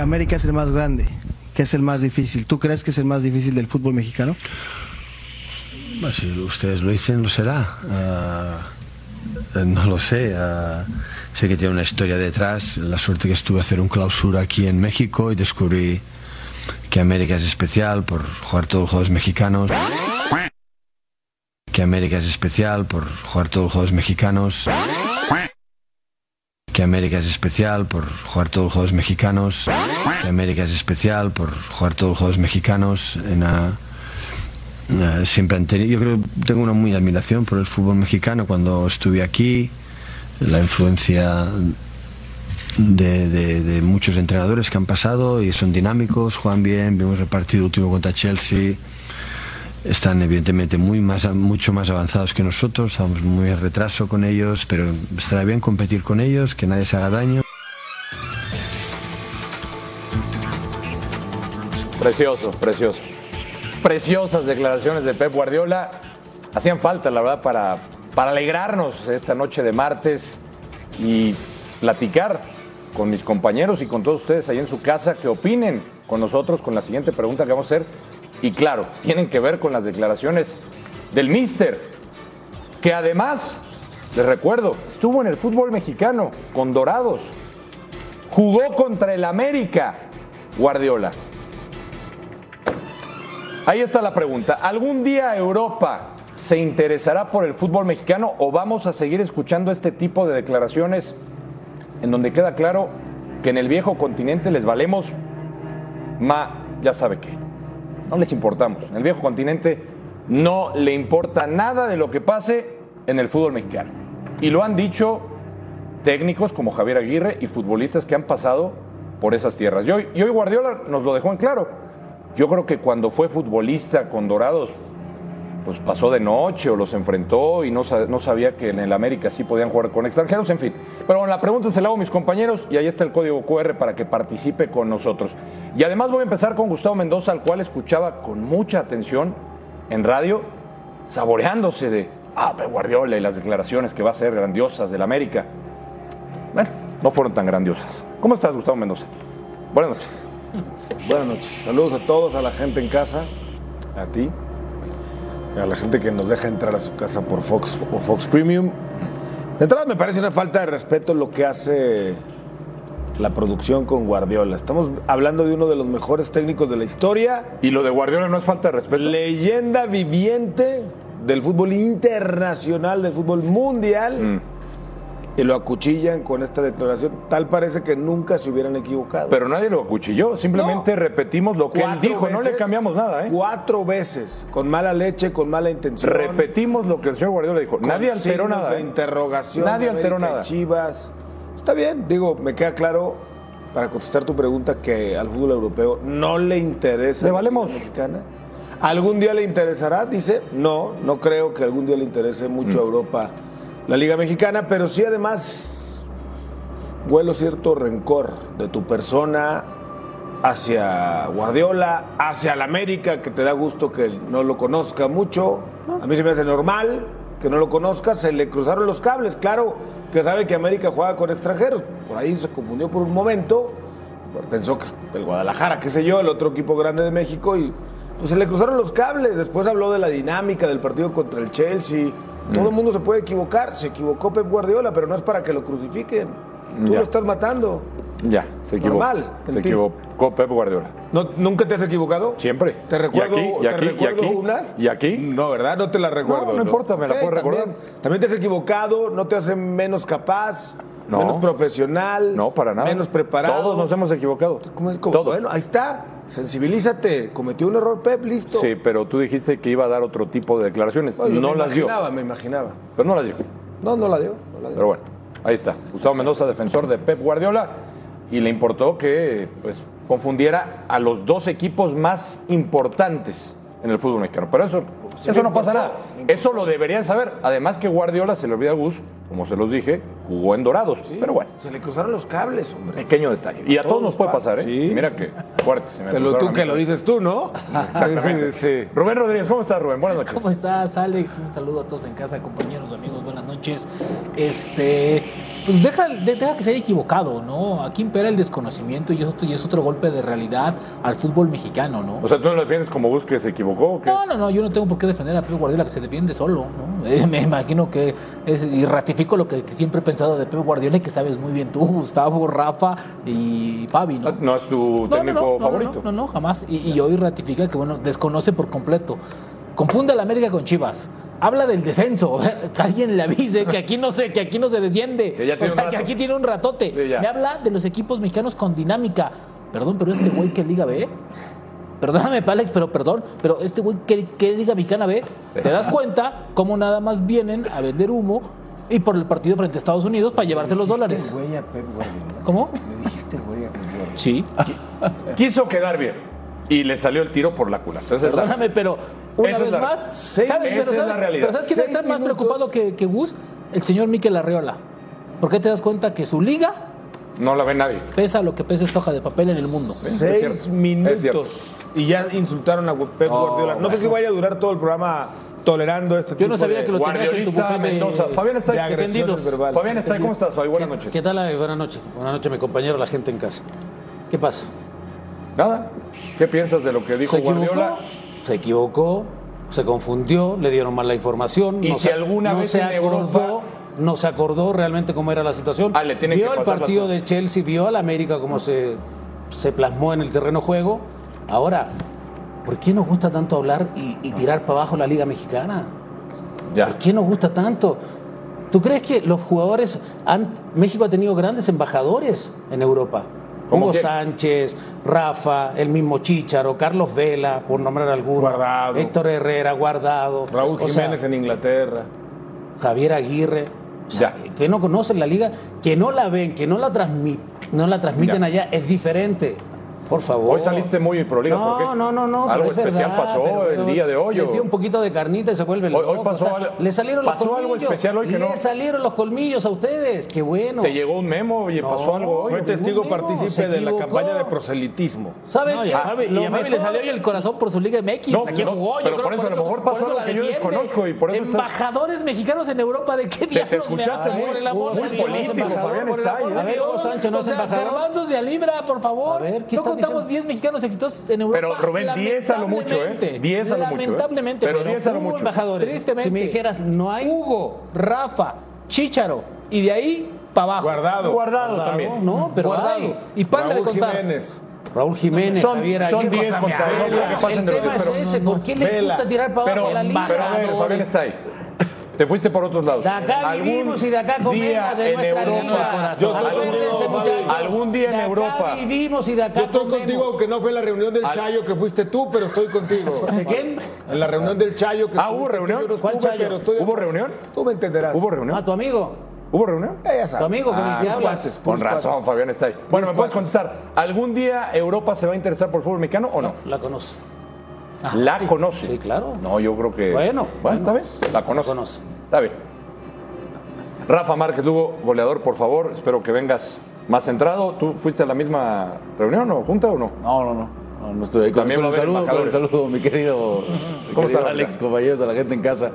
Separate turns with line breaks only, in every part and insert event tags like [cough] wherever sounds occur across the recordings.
América es el más grande, que es el más difícil. ¿Tú crees que es el más difícil del fútbol mexicano?
Bueno, si ustedes lo dicen, lo será. Ah, no lo sé. ah, sé que tiene una historia detrás. La suerte que estuve a hacer un clausura aquí en México y descubrí que América es especial por jugar todos los juegos mexicanos. Que América es especial por jugar todos los juegos mexicanos. Que América es especial por jugar todos los juegos mexicanos. Que América es especial por jugar todos los juegos mexicanos en la- Eh, siempre han tenido, yo creo que tengo una muy admiración por el fútbol mexicano cuando estuve aquí, la influencia de, de- de muchos entrenadores que han pasado y son dinámicos, juegan bien, vimos el partido último contra Chelsea, están evidentemente muy más, mucho más avanzados que nosotros, estamos muy en retraso con ellos, pero estará bien competir con ellos, que nadie se haga daño.
Precioso, precioso. Preciosas declaraciones de Pep Guardiola. Hacían falta, la verdad, para, para alegrarnos esta noche de martes y platicar con mis compañeros y con todos ustedes ahí en su casa que opinen con nosotros con la siguiente pregunta que vamos a hacer. Y claro, tienen que ver con las declaraciones del Mister, que además, les recuerdo, estuvo en el fútbol mexicano con Dorados. Jugó contra el América, Guardiola. Ahí está la pregunta. ¿Algún día Europa se interesará por el fútbol mexicano o vamos a seguir escuchando este tipo de declaraciones en donde queda claro que en el viejo continente les valemos ma, ya sabe qué? No les importamos. En el viejo continente no le importa nada de lo que pase en el fútbol mexicano. Y lo han dicho técnicos como Javier Aguirre y futbolistas que han pasado por esas tierras. Y hoy, y hoy Guardiola nos lo dejó en claro. Yo creo que cuando fue futbolista con Dorados, pues pasó de noche o los enfrentó y no, sa- no sabía que en el América sí podían jugar con extranjeros, en fin. Pero bueno, la pregunta se la hago a mis compañeros y ahí está el código QR para que participe con nosotros. Y además voy a empezar con Gustavo Mendoza, al cual escuchaba con mucha atención en radio, saboreándose de, ah, Pep Guardiola y las declaraciones que va a ser grandiosas del América. Bueno, no fueron tan grandiosas. ¿Cómo estás, Gustavo Mendoza? Buenas noches.
Buenas noches. Saludos a todos, a la gente en casa, a ti, a la gente que nos deja entrar a su casa por Fox o Fox Premium. De entrada me parece una falta de respeto lo que hace la producción con Guardiola. Estamos hablando de uno de los mejores técnicos de la historia.
Y lo de Guardiola no es falta de respeto.
Leyenda viviente del fútbol internacional, del fútbol mundial.
Mm.
Y lo acuchillan con esta declaración. Tal parece que nunca se hubieran equivocado.
Pero nadie lo acuchilló, simplemente repetimos lo que él
Cuatro
dijo, no le
veces,
cambiamos nada, ¿eh?
Cuatro veces, con mala leche, con mala intención.
Repetimos lo que el señor Guardiola dijo,
con
nadie alteró
signos
nada.
De
¿eh?
interrogación.
Nadie
América
alteró
y
nada.
Chivas. Está bien, digo, me queda claro para contestar tu pregunta que al fútbol europeo no le interesa la Liga
Le valemos.
mexicana. ¿Algún día le interesará? Dice, no, no creo que algún día le interese
Mm.
mucho a Europa la Liga Mexicana, pero sí además huelo cierto rencor de tu persona hacia Guardiola, hacia la América, que te da gusto que no lo conozca mucho. A mí se me hace normal que no lo conozca. Se le cruzaron los cables, claro, que sabe que América juega con extranjeros. Por ahí se confundió por un momento. Pensó que es el Guadalajara, qué sé yo, el otro equipo grande de México y pues se le cruzaron los cables. Después habló de la dinámica del partido contra el Chelsea. Todo el mundo se puede equivocar. Se equivocó Pep Guardiola, pero no es para que lo crucifiquen. Tú
Ya.
lo estás matando.
Ya, se equivocó.
Normal,
se
en ti.
equivocó Pep Guardiola.
¿No- ¿Nunca te has equivocado?
Siempre.
¿Te
Y
recuerdo,
aquí, y
te
aquí, y
recuerdo
aquí,
unas?
y aquí.
No, ¿verdad? No te las recuerdo.
No, no importa, me la
Ok,
puedo recordar.
También, también te has equivocado, no te hacen menos capaz,
No.
menos profesional.
No, para nada.
Menos preparado.
Todos nos hemos equivocado.
¿Cómo es? ¿Cómo?
Todos.
Bueno, ahí está. Sensibilízate. Cometió un error, Pep, listo.
Sí, pero tú dijiste que iba a dar otro tipo de declaraciones.
Bueno, yo
no
me
las dio.
imaginaba, me imaginaba.
Pero no las dio.
No, no la dio. No la dio.
Pero bueno, ahí está. Gustavo Mendoza, defensor de Pep Guardiola, y le importó que pues, confundiera a los dos equipos más importantes en el fútbol mexicano. Pero eso,
Sí,
eso
me
no pasa
importó,
nada.
me importó.
Eso lo deberían saber. Además que Guardiola, se le olvida a Gus, como se los dije, jugó en Dorados.
Sí,
Pero bueno,
Se le cruzaron los cables, hombre.
pequeño detalle. Y a, todos, nos puede pasar, ¿eh?
Sí.
Mira que fuerte. se me
Pero
cruzaron a
tú
mí.
que lo
[laughs]
dices tú, ¿no?
Exactamente.
sí.
Rubén Rodríguez, ¿cómo estás, Rubén? Buenas noches.
¿Cómo estás, Alex? Un saludo a todos en casa, compañeros, amigos, buenas noches. Este, pues deja, de- deja que se haya equivocado, ¿no? Aquí impera el desconocimiento y es, otro, y es otro golpe de realidad al fútbol mexicano, ¿no?
O sea, ¿tú no lo defiendes como Busquets se equivocó o qué?
No, no, no, yo no tengo por qué defender a Pep Guardiola que se defiende solo, ¿no? [laughs] Eh, me imagino que es, y ratifico lo que, que siempre he pensado de Pep Guardiola y que sabes muy bien tú, [laughs] Gustavo, Rafa y Fabi, ¿no?
No es tu
No, no,
técnico
no, no,
favorito.
No, no, no, jamás. Y, y hoy ratifica que, bueno, desconoce por completo. Confunde a la América con Chivas. Habla del descenso. [laughs] Que alguien le avise Este, que aquí no se, que aquí no se desciende.
Que ya tiene
o sea,
un
que
rato.
aquí tiene un ratote.
Sí, ya.
Me habla de los equipos mexicanos con dinámica. Perdón, pero este güey que liga B. Perdóname, Alex, pero perdón, pero este güey que, que liga mexicana B, te das cuenta cómo nada más vienen a vender humo y por el partido frente a Estados Unidos para llevarse los dólares.
Este Güey a Pep Guardiola.
¿Cómo?
Le dijiste güey a Pep Guardiola.
Sí.
Quiso quedar bien y le salió el tiro por la culata. Esa es la-
Perdóname, pero una
Esa es
vez
la-
más,
Sí,
¿sabes?
esa
Pero,
es la
¿sabes?
realidad.
pero ¿sabes quién
Seis
está más
minutos.
preocupado que, que Gus? El señor Miquel Arreola. Porque te das cuenta que su liga
No la ve nadie.
pesa lo que pesa esta hoja de papel en el mundo.
Es
Seis
cierto, es
minutos. Y ya insultaron a Pep Guardiola. No sé si vaya a durar todo el programa tolerando este tipo
no sabía
de-
que lo tenías en tu
Guardiolista
bufete de-
Mendoza. Fabián
de
está
agresiones
defendidos.
verbales.
Fabián está, ¿cómo estás, Fabi? Buenas
¿Qué
noches.
tal, Alex? Buenas noches. Buenas noches, mi compañero, la gente en casa. ¿Qué pasa?
Nada. ¿Qué piensas de lo que dijo
¿Se equivocó?
Guardiola?
Se equivocó, se confundió, le dieron mal la información.
¿Y si alguna
no
vez
se
en
acordó,
Europa-
No se acordó realmente cómo era la situación.
Ah, le tienen que
vio el
pasar las
partido
cosas.
de Chelsea, vio al América cómo se, se plasmó en el terreno juego. Ahora, ¿por qué nos gusta tanto hablar y, y tirar para abajo la Liga Mexicana?
Ya.
¿Por qué nos gusta tanto? ¿Tú crees que los jugadores han- México ha tenido grandes embajadores en Europa?
¿Cómo
Hugo
quién?
Sánchez, Rafa, el mismo Chícharo, Carlos Vela, por nombrar algunos.
Guardado.
Héctor Herrera, Guardado.
Raúl
O sea,
Jiménez en Inglaterra.
Javier Aguirre. O sea,
Ya.
que no conocen la liga, que no la ven, que no la, transmi- no la transmiten
Ya.
allá, es diferente. Por favor.
Hoy saliste muy prolijo.
No,
¿por qué?
no, no, no. pero
Algo
es
especial
verdad,
pasó
pero-
el
pero
día de hoy.
Le
o-
dio un poquito de carnita y se vuelve
Hoy- hoy
loco.
pasó
está-
algo-
le salieron los
pasó algo
colmillos.
especial hoy que
le
no-
salieron los colmillos a ustedes. Qué bueno.
Te llegó un memo y
No,
pasó algo hoy.
Fue
Oye,
testigo
ningún memo,
partícipe
se
de la
equivocó.
campaña de proselitismo.
¿Sabe
No,
qué?
y a Fabi, y
Lo
a Fabi le
mejor-
salió hoy el corazón por su Liga MX.
No,
aquí
no,
jugó. yo
pero
creo
por eso a lo mejor
por
pasó
eso
algo
la
que yo
defiende.
desconozco y por eso está-
Embajadores mexicanos en Europa, ¿de qué
te
diablos me
escuchaste
hablas,
muy-
por el amor
muy
de Dios,
político,
embajador,
Fabián
por el
está
amor
ahí,
de
¿eh?
A ver, Hugo
Dios.
Sánchez no
O
es
sea,
embajador.
garbanzos de a libra, por favor.
A ver, ¿qué
no
estás
contamos 10 mexicanos exitosos en Europa.
Pero, Rubén, 10 a lo mucho, ¿eh?
Lamentablemente.
10 a lo mucho, ¿eh?
Lamentablemente.
Pero 10 a lo
hubo
mucho.
embajadores. Tristemente.
Si me dijeras, no hay.
Hugo, Rafa, Chícharo y de ahí para abajo.
Guardado.
Guardado,
Guardado,
también.
No, pero
Guardado.
hay.
Y para de
Raúl
contar.
Jiménez.
Raúl Jiménez,
Son-
Javier
son
Aguirre.
10
Pásame
contra
a
él,
Vela.
lo que pasa
El
entre los
tema
dos,
es
pero-
ese. ¿Por qué les
Vela.
gusta tirar para
Pero,
abajo la liga?
pero a ver, Fabián está ahí. Te fuiste por otros lados.
De acá
Algún
vivimos y de acá
día
comemos de
en
nuestra
Europa-
liga.
Yo estoy
Acuérdense,
contigo, Fabi.
muchachos.
Algún día en
De acá
Europa.
vivimos y de acá
Yo estoy
comemos.
contigo, aunque no fue la reunión del
Al-
Chayo que fuiste tú, pero estoy contigo.
¿De quién?
En la reunión del Chayo que
Ah, ¿hubo
estuviste tú,
reunión?
yo no
¿Cuál
estuve,
Chayo?
pero estoy-
¿Hubo reunión?
Tú me entenderás.
¿Hubo
¿A
reunión?
tu amigo?
¿Hubo reunión?
Eh, ya
¿Tu
sabes.
amigo con el que
Ah,
hablas?
Con razón, Fabián está ahí. Bueno, ¿me puedes contestar? ¿Algún día Europa se va a interesar por el fútbol mexicano o no?
La conozco.
¿La conoce?
Sí, claro.
No, yo creo que. ¿Ah,
Bueno, bueno.
está bien. La conoce.
La conoce.
Está bien. Rafa Márquez Lugo, goleador, por favor. Espero que vengas más centrado. ¿Tú fuiste a la misma reunión o junta o no?
No, no, no. No, no estoy ahí. Con,
También
con el
va a haber
saludo, con el
embajadores.
saludo, mi querido, mi
¿Cómo
querido
está,
Alex,
Rafa?
compañeros, a la gente en casa.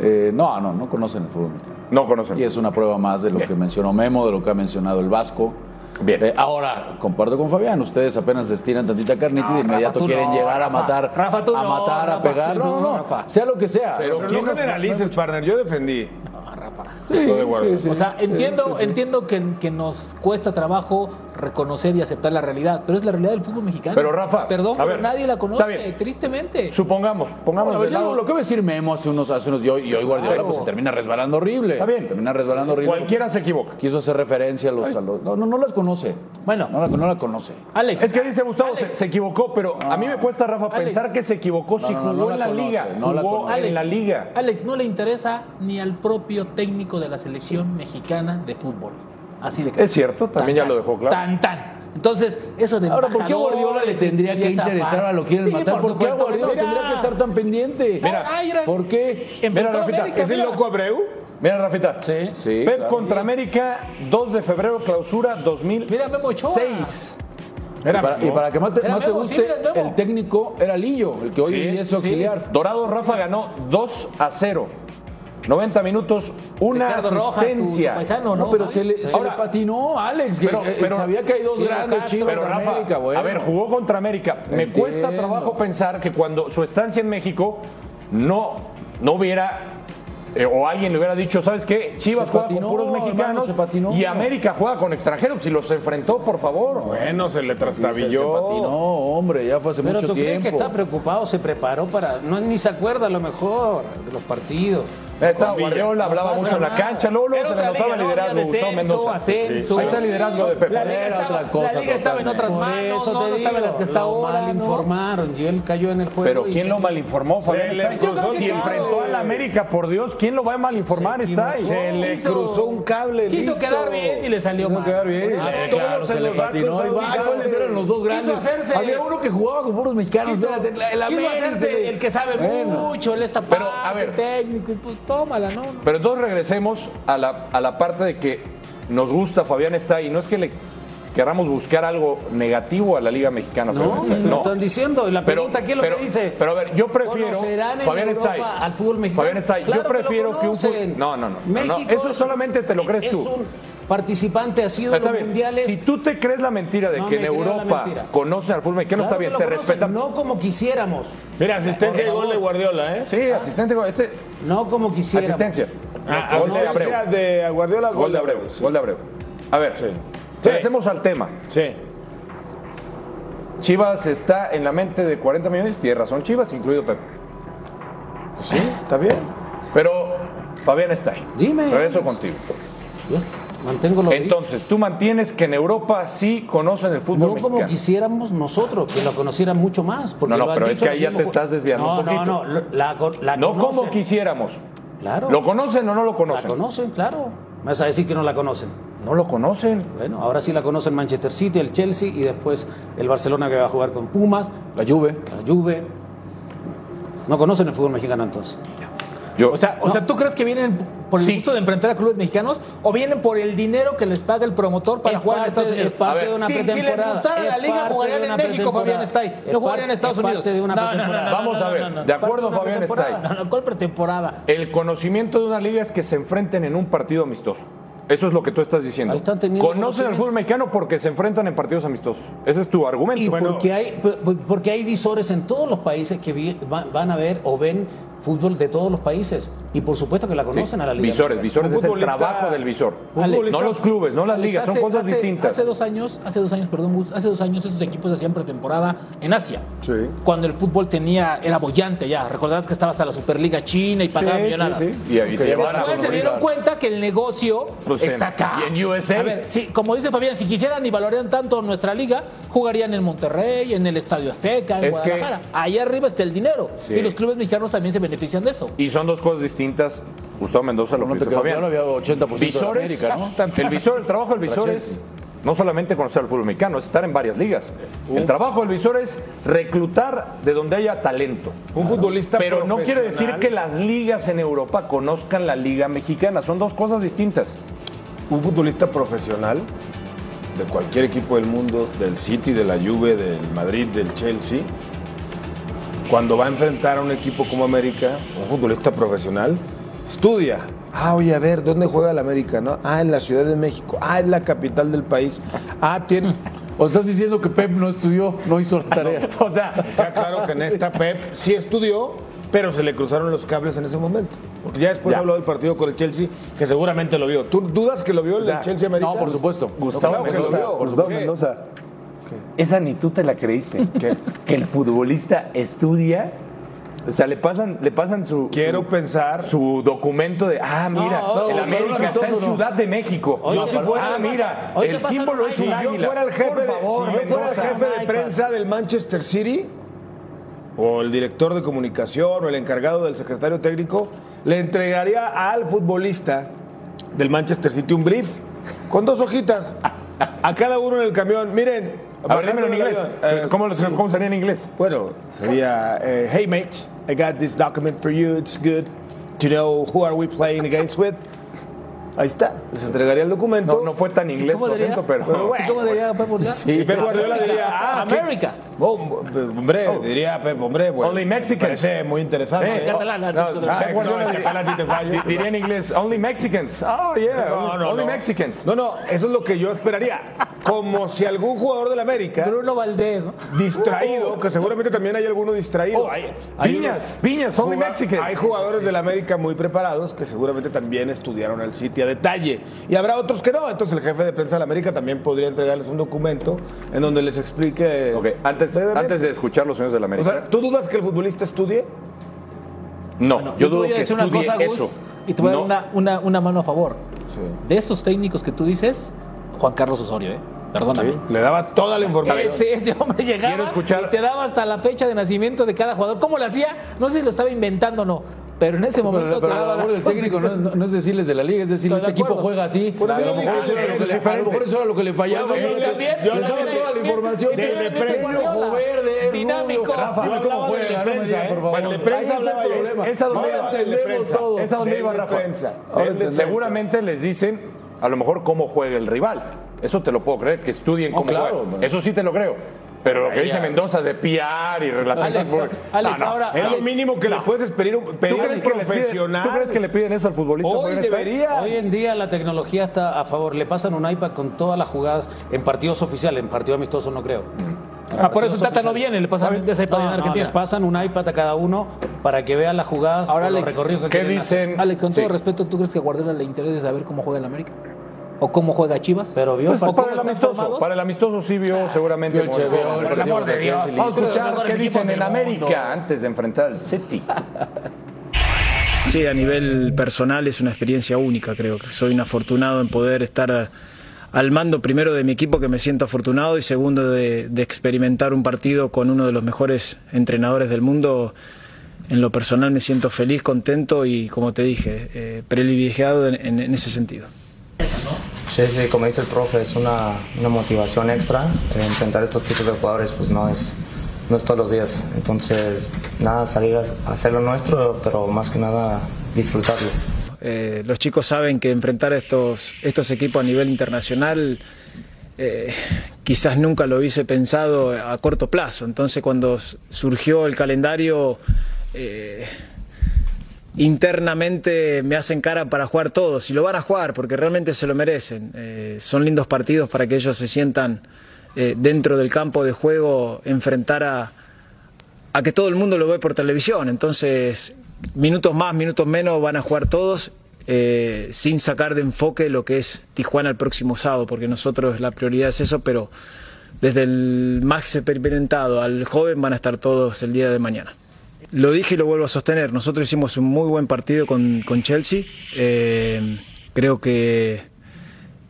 Eh, no, no, no conocen el fútbol mexicano.
No conocen.
Y es una prueba más de lo
Bien.
que mencionó Memo, de lo que ha mencionado el Vasco.
Bien.
Eh, ahora, comparto con Fabián, ustedes apenas les tiran tantita carnita
Ah,
y de inmediato quieren llegar a matar,
Rafa, tú
a
no,
matar, a
Rafa,
pegar.
tú
No,
no,
no, no,
Rafa.
sea lo que sea.
Pero
Pero
¿quién
no
no-
generalices, partner. Yo defendí.
Sí,
Lo de guardar.
sí, sí.
O sea, entiendo, entiendo que, que nos cuesta trabajo reconocer y aceptar la realidad, pero es la realidad del fútbol mexicano.
Pero, Rafa,
perdón,
a
pero
ver,
nadie la
está
conoce,
bien.
tristemente.
Supongamos, pongamos
Bueno,
de
ya lo,
lado-
lo que va a decir Memo hace unos, hace unos y hoy, y hoy Guardiola
Claro.
pues se termina resbalando horrible.
Está bien.
Se termina resbalando horrible.
Cualquiera se equivoca.
Quiso hacer referencia a los, a los- no, no, no las conoce.
Bueno.
no la, no la conoce.
Alex,
Es que dice Gustavo, se,
Alex.
se equivocó, pero a mí me cuesta, Rafa,
Alex.
pensar que se equivocó Pues si
No, no,
jugó
no, no
en la
la conoce,
liga.
no la
jugó
conoce.
en la liga.
Alex, no le interesa ni al propio técnico de la selección mexicana de fútbol. Así de claro.
Es cierto, también ya lo dejó claro.
Tan, tan. Entonces, eso de
Ahora, ¿por qué a
embajadores
Guardiola le tendría
y
que
esa
interesar
parte?
a lo quieren
Sí,
matar? ¿Por qué a
supuesto,
Guardiola
mira.
tendría que estar tan pendiente?
Mira.
¿por qué?
Enfrentó a
Rafita,
América,
¿Es el
mira.
loco Abreu?
Mira, Rafita.
Sí.
Sí,
Pep
claro.
contra América, 2 de febrero, clausura 2006.
Mira, Memo Ochoa.
Y para, y para que más te,
Era
más te
Memo, sí,
guste,
mira, es Memo.
el técnico era Lillo, el que hoy en
Sí,
día es su
sí.
auxiliar.
Dorado Rafa ganó 2 a 0. 90 minutos, una
Ricardo Rojas, tu- tu
asistencia.
paisano, ¿no?
No, pero se le, se
Ahora-
le patinó a Alex, que
Pero-
eh,
pero-
sabía que hay dos
Pero
grandes
Castro,
chivas
Pero
de
Rafa,
América, güey.
a ver, jugó contra América. Me
Entiendo.
cuesta trabajo pensar que cuando su estancia en México no, no hubiera eh, o alguien le hubiera dicho, ¿sabes qué? Chivas
Se
juega
patinó,
con puros
hermano,
mexicanos
se patinó.
y América juega con extranjeros. pues, Si los enfrentó, por favor.
Bueno, se le
se, se patinó,
trastabilló.
hombre, ya fue hace
Pero
mucho
tú crees
tiempo.
que está preocupado, se preparó para. No, ni se acuerda a lo mejor de los partidos.
Ahí Estaba
Sí,
Guardiola,
no
hablaba
pasa
mucho en la
nada.
cancha. Luego, luego
Era
se le
otra
notaba
liga, ¿no?
liderazgo,
Había
Gustavo
descenso,
Mendoza.
ascenso.
Ahí está el liderazgo de Pepe.
La liga,
Era
estaba,
otra cosa
la liga estaba en
totalmente.
otras
Por
manos,
eso
no,
te
no estaba en las
digo,
que está
lo
ahora.
mal
¿no?
informaron y él cayó en el juego.
Pero
y
¿quién
se-
lo malinformó? Fabián
Se le
Stay?
cruzó
Si
un
enfrentó
cable.
a la América, por Dios, ¿quién lo va a malinformar? Está ahí.
Se le
Quiso-
cruzó un cable.
Quiso
listo.
quedar bien y le salió
Quiso
mal.
quedar bien.
Ah,
Eh,
todos
claro, se
en
le
los barcos
patinó.
saudíes.
Ah, ¿Cuáles eran los dos grandes?
hacerse-
Había uno que jugaba con puros mexicanos.
Quiso,
era de la- el
quiso
América.
hacerse el que sabe
Bueno.
mucho, él está
Pero,
parte,
a ver.
técnico, y pues tómala, ¿no?
Pero entonces regresemos a la, a la parte de que nos gusta Fabián Stay. No es que le queramos buscar algo negativo a la Liga Mexicana.
No,
Fabián
no,
Stay.
están diciendo. Y la
Pero-
pregunta, ¿qué es lo
pero-
que dice?
Pero a ver, yo prefiero.
¿Conocerán en
Fabián
Europa
Stay.
al fútbol mexicano?
Fabián Stay,
Claro
yo
que lo
prefiero que, un
conocen.
fútbol. No, no, no. no,
México
no. Eso
es-
solamente te lo crees
es
tú.
un participante ha sido
Está
de los
bien.
mundiales.
Si tú te crees la mentira de
No
que
me
en
creo la
Europa
mentira.
conocen al fútbol mexicano,
Claro
está
que
bien,
lo
te
conocen,
respetan.
No como quisiéramos.
Mira, asistencia
Por
y gol
favor.
de Guardiola, ¿eh?
Sí, asistencia. Este,
No como quisiéramos.
asistencia.
Ah,
Gol de
asistencia
Abreu.
de Guardiola,
Gol de Abreu.
Sí.
Gol de Abreu. A ver,
Sí.
regresemos al tema.
Sí.
Chivas está en la mente de 40 millones, tiene razón Chivas, incluido Pepe.
Sí, está bien.
Pero Fabián está ahí.
Dime.
Regreso contigo.
Yo Mantengo lo que digo.
Entonces, tú mantienes que en Europa sí conocen el fútbol
No
mexicano.
como quisiéramos nosotros, que lo conocieran mucho más. Porque
No, no,
lo han
pero es
dicho
que
los
ahí ya
mismos
te estás desviando
No,
un poquito.
No, no, lo- la, co- la
No como
conocen.
quisiéramos.
Claro.
¿Lo conocen o no lo
La
conocen?
conocen, claro. Me vas a decir que no la conocen.
no lo conocen.
Bueno, ahora sí la conocen Manchester City, el Chelsea y después el Barcelona que va a jugar con Pumas,
La Juve.
la Juve. No conocen el fútbol mexicano entonces.
Yo,
O sea, o sea, ¿tú crees que vienen por el
Sí.
gusto de enfrentar a clubes mexicanos o vienen por el dinero que les paga el promotor para
Es
jugar en
parte
Estados
de-
Unidos?
es parte
A ver,
de una
si- si, les
pretemporada.
gustara la
Es
liga,
parte
jugarían
de
en
una
México,
pretemporada.
Fabián Stay.
Es
No jugarían en
parte-
Estados
es parte
Unidos.
de una
No, no, no,
pretemporada.
no, no, no,
Vamos a
no,
ver,
no, no.
de acuerdo
Parte de una
Fabián está
pretemporada.
ahí.
No, no, ¿cuál pretemporada?
El conocimiento de una liga es que se enfrenten en un partido amistoso. Eso es lo que tú estás diciendo.
Ahí están teniendo
Conocen el
conocimiento.
fútbol mexicano porque se enfrentan en partidos amistosos. Ese es tu argumento. pues.
Y porque, hay, por- porque hay visores en todos los países que vi- va- van a ver o ven fútbol de todos los países. Y por supuesto que la
Sí.
conocen a la liga. mexicana.
Visores,
Un
visores es el
futbolista-
trabajo del visor.
un futbolista-
no los clubes, no las
Alex,
ligas, son
hace-
cosas
hace-
distintas.
Hace dos años, hace dos años, perdón, Gus, hace dos años esos equipos hacían pretemporada en Asia.
Sí.
Cuando el fútbol tenía, era bollante ya. Recordarás que estaba hasta la Superliga China y pagaba
Sí,
millonadas.
sí, sí. Y ahí se llevaron a
Después se dieron cuenta que el negocio
Pues en-
está acá.
y en USA.
A ver, sí, como dice Fabián, si quisieran y valorean tanto nuestra liga, jugarían en Monterrey, en el Estadio Azteca, en
Es que-
Guadalajara. Ahí arriba está el dinero.
Sí.
Y los clubes mexicanos también se benefician de eso.
Y son dos cosas distintas. Gustavo Mendoza lo
No
que
te
dice
quedó claro,
Fabián.
había 80%
Visores,
de la América, ¿no?
[laughs] el visor, el trabajo del visor es
Chelsea. Uh.
no solamente conocer al fútbol mexicano, es estar en varias ligas. El trabajo del visor es reclutar de donde haya talento.
Un futbolista
Pero no quiere decir
profesional.
que las ligas en Europa conozcan la liga mexicana, son dos cosas distintas.
un futbolista profesional de cualquier equipo del mundo, del City, de la Juve, del Madrid, del Chelsea, cuando va a enfrentar a un equipo como América, un futbolista profesional, estudia. Ah, oye, a ver, ¿dónde juega el América? No? Ah, en la Ciudad de México. Ah, es la capital del país. Ah, tiene...
[laughs] O estás diciendo que Pep no estudió, no hizo la
[laughs]
tarea.
O sea, está claro
[laughs]
que en esta Pep sí estudió, pero se le cruzaron los cables en ese momento. Porque ya después habló del partido con el Chelsea, que seguramente lo vio. ¿Tú dudas que lo vio el
sea,
del Chelsea América?
no, por supuesto.
Claro
Gustavo
que lo
Mendoza,
veo.
Gustavo
¿Qué?
Mendoza. Esa ni tú te la creíste. Que el futbolista estudia. O sea, le pasan, le pasan su,
Quiero pensar.
su, su documento de, ah, mira,
No,
no, no,
el
no,
América está en
no.
Ciudad de México.
Hoy
Yo
te
sí
pasa-
fuera,
hoy
ah,
te
mira,
pasa- hoy te
el
pasa
símbolo
un
es un
iPad.
Si
águila.
yo fuera el
Por
jefe,
favor,
de, si yo fuera el
Mendoza.
jefe de
iPad.
prensa del Manchester City o el director de comunicación o el encargado del secretario técnico, le entregaría al futbolista del Manchester City un brief con dos hojitas a cada uno en el camión. Miren,
A ver, dímelo en
bajando del
inglés.
avión, eh,
¿Cómo, lo- ¿Cómo sería en inglés?
bueno, sería, eh, hey mates, I got this document for you, it's good. to know who are we playing against with. Ahí está, les entregaría el documento.
No, no fue tan inglés tu
¿Cómo diría?
acento, pero. [laughs]
Pero bueno.
¿Y ¿Cómo diría Pep Guardiola?
Sí.
Y Pep Guardiola diría, ah, ¿qué?
América.
Oh, hombre, diría Pep, hombre, bueno.
Only Mexicans.
Parece muy interesante.
Eh, catalán,
no,
la-
no,
Ah,
Pep Guardiola
no, es que apenas si te fallo.
di- Diría en inglés, only Mexicans. Oh, yeah,
No, no,
only
no.
Mexicans.
No, no, eso es lo que yo esperaría. Como si algún jugador del América
Bruno Valdés, ¿no?
distraído, que seguramente también hay alguno distraído.
Oh,
hay,
piñas, piñas, only
juga-
Mexicans.
Hay jugadores del América muy preparados que seguramente también estudiaron al City a detalle. Y habrá otros que no. Entonces el jefe de prensa del América también podría entregarles un documento en donde les explique.
Ok, antes,
brevemente.
antes de escuchar los señores de la
O
América.
sea, ¿tú dudas que el futbolista estudie?
no,
Bueno,
yo
te
dudo
voy a
que
decir una
estudie
cosa, Gus,
eso.
Y te voy a dar
No.
una, una, una mano a favor. De esos técnicos que tú dices, Juan Carlos Osorio, ¿eh? Perdóname.
Le daba toda la
[laughs]
información.
Ese, ese hombre llegaba
Quiero escuchar-
y te daba hasta la fecha de nacimiento de cada jugador. ¿Cómo lo hacía? No sé si lo estaba inventando o no, pero en ese momento
Pero, pero
te
la
daba
labor del
datos
técnico no, no- no es decirles de la liga, es decirles
Estoy de
este equipo
acuerdo.
juega así.
Por
A
eso
lo
yo
mejor
digo,
eso era lo que
es
le- a lo
diferente.
mejor eso era lo que le fallaba.
Por eso yo
Les
también, yo
daba
también.
toda la información.
De- de prensa.
Rojo, verde, es
Dinámico.
rubio.
Rafa,
Dime cómo juega, no me digan, por favor.
El de prensa
Ahí está
hablaba
el
yo.
problema.
Esa
No
doblea.
entendemos
Del
todo.
de
Esa donde
Del
iba
de
Rafa.
prensa.
Ahora,
Del de
Seguramente les dicen, a lo mejor, cómo juega el rival. Eso te lo puedo creer, que estudien
Oh,
cómo
claro,
juega.
man.
Eso sí te lo creo. Pero lo que dice Mendoza de PR y relaciones
Alex,
públicas-
Alex,
No, no.
ahora-
Es lo
Alex,
mínimo que le puedes pedir, un- pedir a un
que les piden-
profesional.
¿Tú crees que le piden eso al futbolista?
Hoy
Morgan Stanley?
debería.
Hoy en día la tecnología está a favor. Le pasan un iPad con todas las jugadas en partidos oficiales, en partidos amistosos no creo.
Ah, por eso Tata no
oficiales. Ah,
viene, le pasa ese
No,
en
no,
Argentina.
le pasan un iPad a cada uno para que vean las jugadas
Ahora,
o los
Alex,
recorridos que
¿Qué
quieren hacer.
dicen?
Alex, con
Sí.
todo respeto, ¿tú crees que a Guardiola le interese saber cómo juega el América? ¿O cómo juega Chivas?
Pero vio
¿O
Pues
cómo
para el
están
amistoso,
formados?
para el amistoso sí vio seguramente.
Vio el
bueno,
Che, vio
bueno,
el
bueno.
partido
Por
de
amor de Dios.
Chelsea.
Vamos a escuchar qué
Mejores
dicen
equipos
en
del
América
mundo.
antes de enfrentar al City.
Sí, a nivel personal es una experiencia única, creo que soy un afortunado en poder estar al mando primero de mi equipo que me siento afortunado y segundo de, de experimentar un partido con uno de los mejores entrenadores del mundo. En lo personal me siento feliz, contento y como te dije, eh, privilegiado en- en- en ese sentido.
Sí, sí, como dice el profe, es una, una motivación extra. Eh, enfrentar estos tipos de jugadores, pues no es, no es todos los días. Entonces, nada, salir a a hacer lo nuestro, pero más que nada disfrutarlo.
Eh, los chicos saben que enfrentar a estos, estos equipos a nivel internacional eh, quizás nunca lo hubiese pensado a corto plazo. Entonces cuando s- surgió el calendario, eh, internamente me hacen cara para jugar todos y lo van a jugar porque realmente se lo merecen. Eh, son lindos partidos para que ellos se sientan eh, dentro del campo de juego, enfrentar a, a que todo el mundo lo ve por televisión. Entonces, minutos más, minutos menos van a jugar todos eh, sin sacar de enfoque lo que es Tijuana el próximo sábado, porque nosotros la prioridad es eso, pero desde el más experimentado al joven van a estar todos el día de mañana. Lo dije y lo vuelvo a sostener, nosotros hicimos un muy buen partido con, con Chelsea, Eh, creo que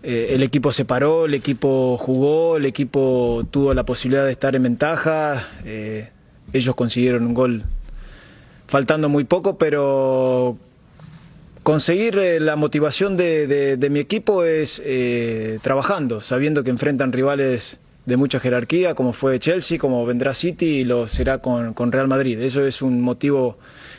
eh, el equipo se paró, el equipo jugó, el equipo tuvo la posibilidad de estar en ventaja. eh, ellos consiguieron un gol faltando muy poco, pero conseguir eh, la motivación de, de- de mi equipo es eh, trabajando, sabiendo que enfrentan rivales de mucha jerarquía, como fue Chelsea, como vendrá City y lo será con, con Real Madrid. Eso es un motivo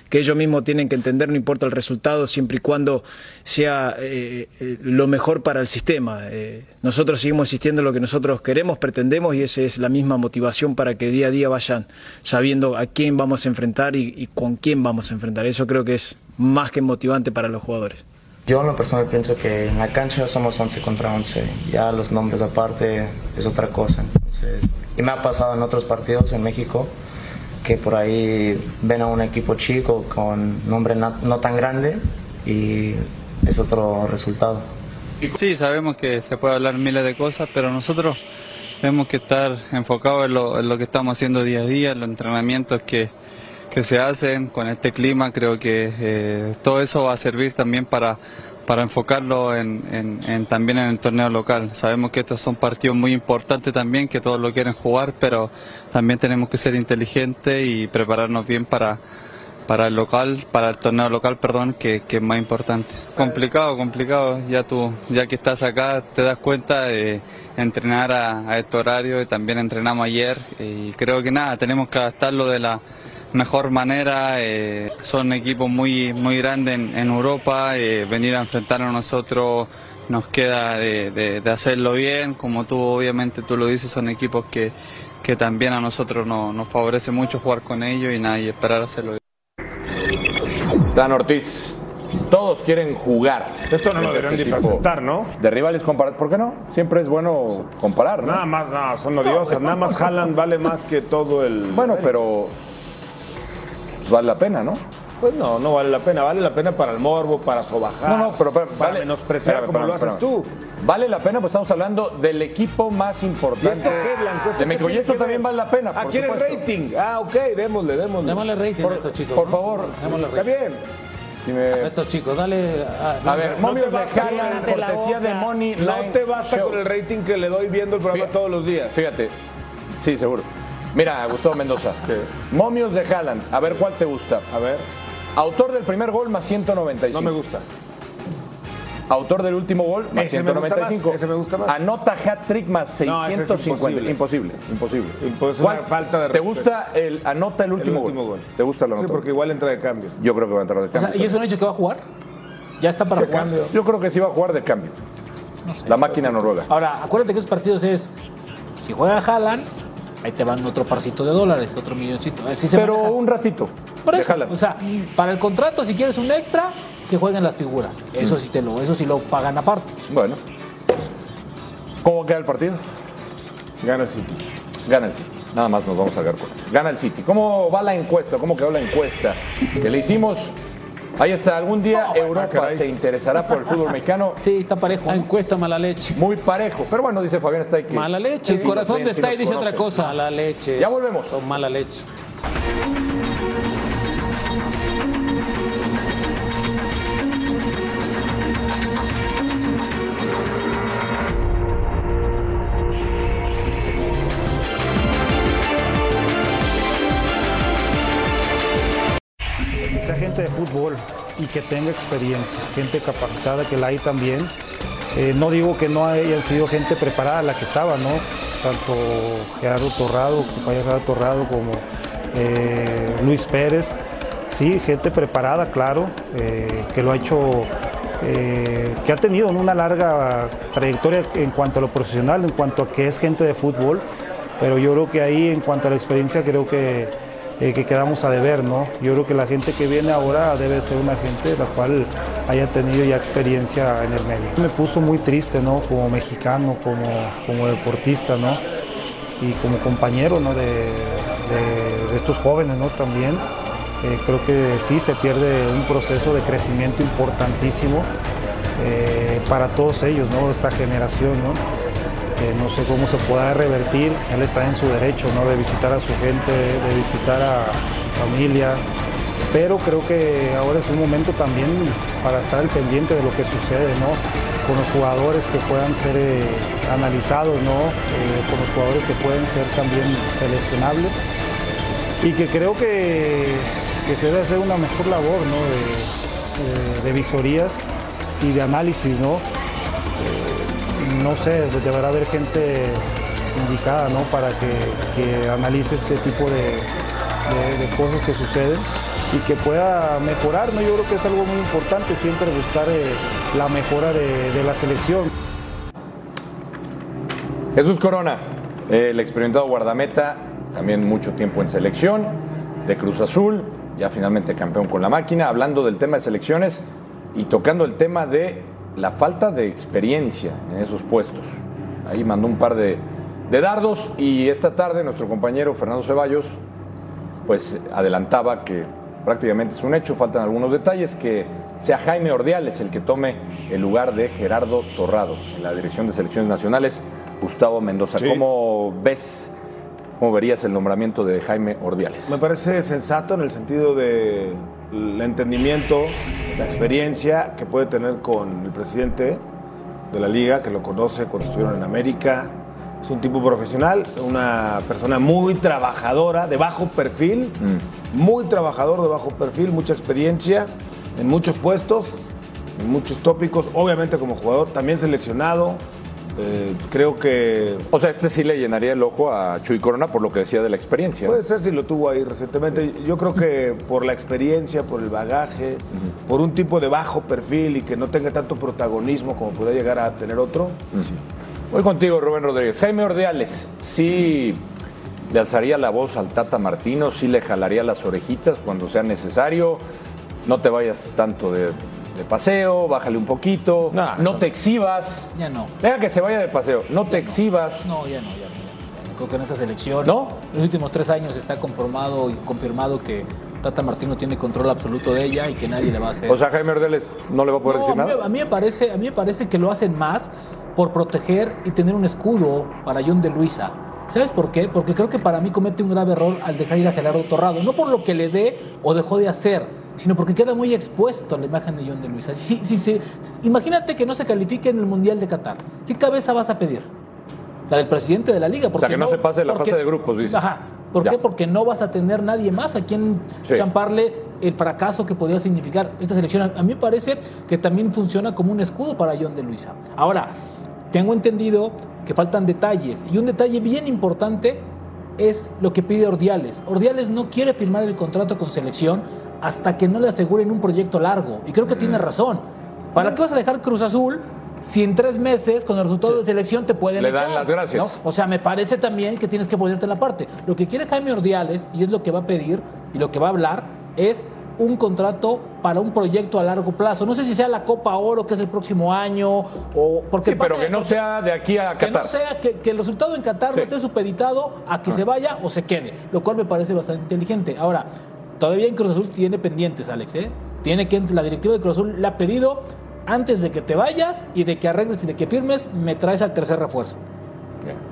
que ellos mismos tienen que entender, no importa el resultado, siempre y cuando sea eh, eh, lo mejor para el sistema. Eh, nosotros seguimos insistiendo en lo que nosotros queremos, pretendemos y esa es la misma motivación para que día a día vayan sabiendo a quién vamos a enfrentar y- y con quién vamos a enfrentar. Eso creo que es más que motivante para los jugadores.
Yo en lo personal pienso que en la cancha somos 11 contra 11. Ya los nombres aparte es otra cosa. Entonces, y me ha pasado en otros partidos en México que por ahí ven a un equipo chico con nombre na- no tan grande y es otro resultado.
Sí, sabemos que se puede hablar miles de cosas, pero nosotros tenemos que estar enfocados en lo, en lo que estamos haciendo día a día, en los entrenamientos que, que se hacen con este clima. Creo que eh, todo eso va a servir también para, para enfocarlo en, en- en- también en el torneo local. Sabemos que estos son partidos muy importantes también, que todos lo quieren jugar, pero también tenemos que ser inteligentes y prepararnos bien para, para el local, para el torneo local, perdón, que, que es más importante. Complicado, complicado. Ya tú, ya que estás acá, te das cuenta de entrenar a, a este horario. y También entrenamos ayer y creo que nada, tenemos que adaptarlo de la mejor manera. eh, son equipos muy, muy grandes en, en Europa. eh, venir a enfrentarnos a nosotros nos queda de, de- de hacerlo bien. Como tú obviamente tú lo dices, son equipos que, que también a nosotros no- nos favorece mucho jugar con ellos y nada, y esperar hacerlo bien.
Dan Ortiz, todos quieren jugar.
Esto no lo deberían ni presentar,
¿no? Este De rivales comparar, ¿por qué no? Siempre es bueno comparar, ¿no?
Nada más, no, son odiosas. Nada más Haaland vale más que todo el.
Bueno, pero pues, vale la pena, ¿no?
Pues no, no vale la pena. Vale la pena para el morbo, para sobajar.
No, no, pero, pero,
para
vale-
menospreciar
espérame,
como lo
espérame,
haces tú.
espérame. Vale la pena, pues estamos hablando del equipo más importante
¿Y esto qué, Blanco? ¿Esto
de México.
qué
Y
tiene
eso
que
también
ver?
vale la pena.
Ah,
por
¿quieren
supuesto.
rating? Ah, ok, démosle, démosle.
Démosle rating a estos chicos.
Por favor.
Démosle
Está
rating.
bien.
Si me-
A estos chicos, dale. ah,
A ver, momios de Haaland, cortesía de Money
No
Line
te basta
Show.
con el rating que le doy viendo el programa todos los días.
Fíjate, sí, seguro. Mira, Gustavo Mendoza. Momios de Haaland, a ver cuál te gusta. A ver. Autor del primer gol más 195.
No me gusta.
Autor del último gol más
Ese me gusta más,
195.
ese me gusta más.
Anota hat-trick más
No, ese es
650.
imposible.
imposible, imposible.
Pues es una
¿Cuál?
falta de
¿Te
respeto.
gusta el anota el último,
último
gol? ¿Te gusta la
Sí,
anota?
porque igual entra de cambio.
Yo creo que va a entrar de
O
cambio.
sea, ¿Y es un hecho que va a jugar? ¿Ya está para
De
jugar?
cambio. Yo creo que sí va a jugar de cambio. La máquina noruega.
Ahora, acuérdate que esos partidos es, si juega Haaland, ahí te van otro parcito de dólares, otro milloncito. Así se
Pero
maneja.
un ratito.
Por
de
eso,
Haaland.
o sea, para el contrato, si quieres un extra, que jueguen las figuras. Eso
Mm.
sí te lo, eso sí lo pagan aparte.
Bueno. ¿Cómo queda el partido?
Gana el City.
Gana el City. Nada más nos vamos a sacar con eso. Gana el City. ¿Cómo va la encuesta? ¿Cómo quedó la encuesta que le hicimos? Ahí está. ¿Algún día Europa se interesará por el fútbol mexicano? Sí, está parejo. La
encuesta mala leche.
Muy parejo. Pero bueno, dice Fabián Stay que...
Mala leche.
Sí, sí, sí nos conoce.
Mala leche.
Ya volvemos.
Son mala leche.
sea gente de fútbol y que tenga experiencia, gente capacitada que la hay también. Eh, no digo que no hayan sido gente preparada la que estaba, ¿no? Tanto Gerardo Torrado, compañero Gerardo Torrado, como eh, Luis Pérez. Sí, gente preparada, claro, eh, que lo ha hecho, eh, que ha tenido una larga trayectoria en cuanto a lo profesional, en cuanto a que es gente de fútbol. Pero yo creo que ahí, en cuanto a la experiencia, creo que eh, que quedamos a deber, ¿no? Yo creo que la gente que viene ahora debe ser una gente la cual haya tenido ya experiencia en el medio. Me puso muy triste, ¿no? Como mexicano, como, como deportista, ¿no? Y como compañero, ¿no? De, de- de estos jóvenes, ¿no? También. Eh, creo que sí se pierde un proceso de crecimiento importantísimo eh, para todos ellos, ¿no? Esta generación, ¿no? Eh, no sé cómo se podrá revertir. Él está en su derecho ¿no? de visitar a su gente, de visitar a familia. Pero creo que ahora es un momento también para estar al pendiente de lo que sucede, ¿no? Con los jugadores que puedan ser eh, analizados, ¿no? Eh, con los jugadores que pueden ser también seleccionables y que creo que, que se debe hacer una mejor labor ¿no? de, de- de visorías y de análisis, ¿no? Eh, no sé, deberá haber gente indicada ¿no? para que, que analice este tipo de, de- de cosas que suceden y que pueda mejorar, ¿no? Yo creo que es algo muy importante siempre buscar eh, la mejora de- de la selección.
Jesús Corona, el experimentado guardameta, también mucho tiempo en selección, de Cruz Azul, ya finalmente campeón con la máquina, hablando del tema de selecciones y tocando el tema de la falta de experiencia en esos puestos. Ahí mandó un par de, de dardos y esta tarde nuestro compañero Fernando Ceballos pues adelantaba que prácticamente es un hecho, faltan algunos detalles, que sea Jaime Ordiales el que tome el lugar de Gerardo Torrado en la Dirección de Selecciones Nacionales, Gustavo Mendoza.
Sí.
¿Cómo ves, cómo verías el nombramiento de Jaime Ordiales?
Me parece sensato en el sentido de el entendimiento, la experiencia que puede tener con el presidente de la liga, que lo conoce cuando estuvieron en América. Es un tipo profesional, una persona muy trabajadora, de bajo perfil, muy trabajador, de bajo perfil, mucha experiencia en muchos puestos, en muchos tópicos, obviamente como jugador, también seleccionado, Eh, creo que
O sea, este sí le llenaría el ojo a Chuy Corona por lo que decía de la experiencia. ¿no?
Puede ser si lo tuvo ahí recientemente. Yo creo que por la experiencia, por el bagaje, por un tipo de bajo perfil y que no tenga tanto protagonismo como podría llegar a tener otro.
Voy contigo, Rubén Rodríguez. Jaime Ordeales, sí le alzaría la voz al Tata Martino, sí le jalaría las orejitas cuando sea necesario. No te vayas tanto de, de paseo, bájale un poquito. no te exhibas.
Ah, Ya no.
Deja que se vaya de paseo. No te exhibas.
No, ya no, ya no. ya no. Creo que en esta selección, ¿No? en los últimos tres años está conformado y confirmado que Tata Martino tiene control absoluto de ella y que nadie le va a hacer.
O sea, Jaime Ordeales no le va a poder
No,
decir
a mí-
nada.
A mí, me parece, a mí me parece que lo hacen más por proteger y tener un escudo para John de Luisa. ¿Sabes por qué? Porque creo que para mí comete un grave error al dejar ir a Gerardo Torrado. No por lo que le dé o dejó de hacer, sino porque queda muy expuesto a la imagen de John de Luisa. Si, si se- imagínate que no se califique en el Mundial de Qatar. ¿Qué cabeza vas a pedir? La del presidente de la liga.
O
Porque
sea, que no, se pase la
porque-
fase de grupos, dices.
Ajá. ¿Por
Ya.
qué? Porque no vas a tener nadie más a quien
Sí.
champarle el fracaso que podría significar esta selección. A mí me parece que también funciona como un escudo para John de Luisa. Ahora, tengo entendido que faltan detalles. Y un detalle bien importante es lo que pide Ordiales. Ordiales no quiere firmar el contrato con selección hasta que no le aseguren un proyecto largo. Y creo que
Mm.
tiene razón. ¿Para qué vas a dejar Cruz Azul si en tres meses, con el resultado de selección, te pueden
Le dan
echar,
las gracias.
¿no? O sea, me parece también que tienes que ponerte en la parte. Lo que quiere Jaime Ordiales, y es lo que va a pedir y lo que va a hablar, es un contrato para un proyecto a largo plazo. No sé si sea la Copa Oro, que es el próximo año, o porque
Sí, pero
pase-
que no sea de aquí a
que
Qatar.
no sea que, que el resultado en Qatar no esté supeditado a que se vaya o se quede, lo cual me parece bastante inteligente. Ahora, todavía en Cruz Azul tiene pendientes, Alex, ¿eh? Tiene que la directiva de Cruz Azul le ha pedido antes de que te vayas y de que arregles y de que firmes, me traes al tercer refuerzo.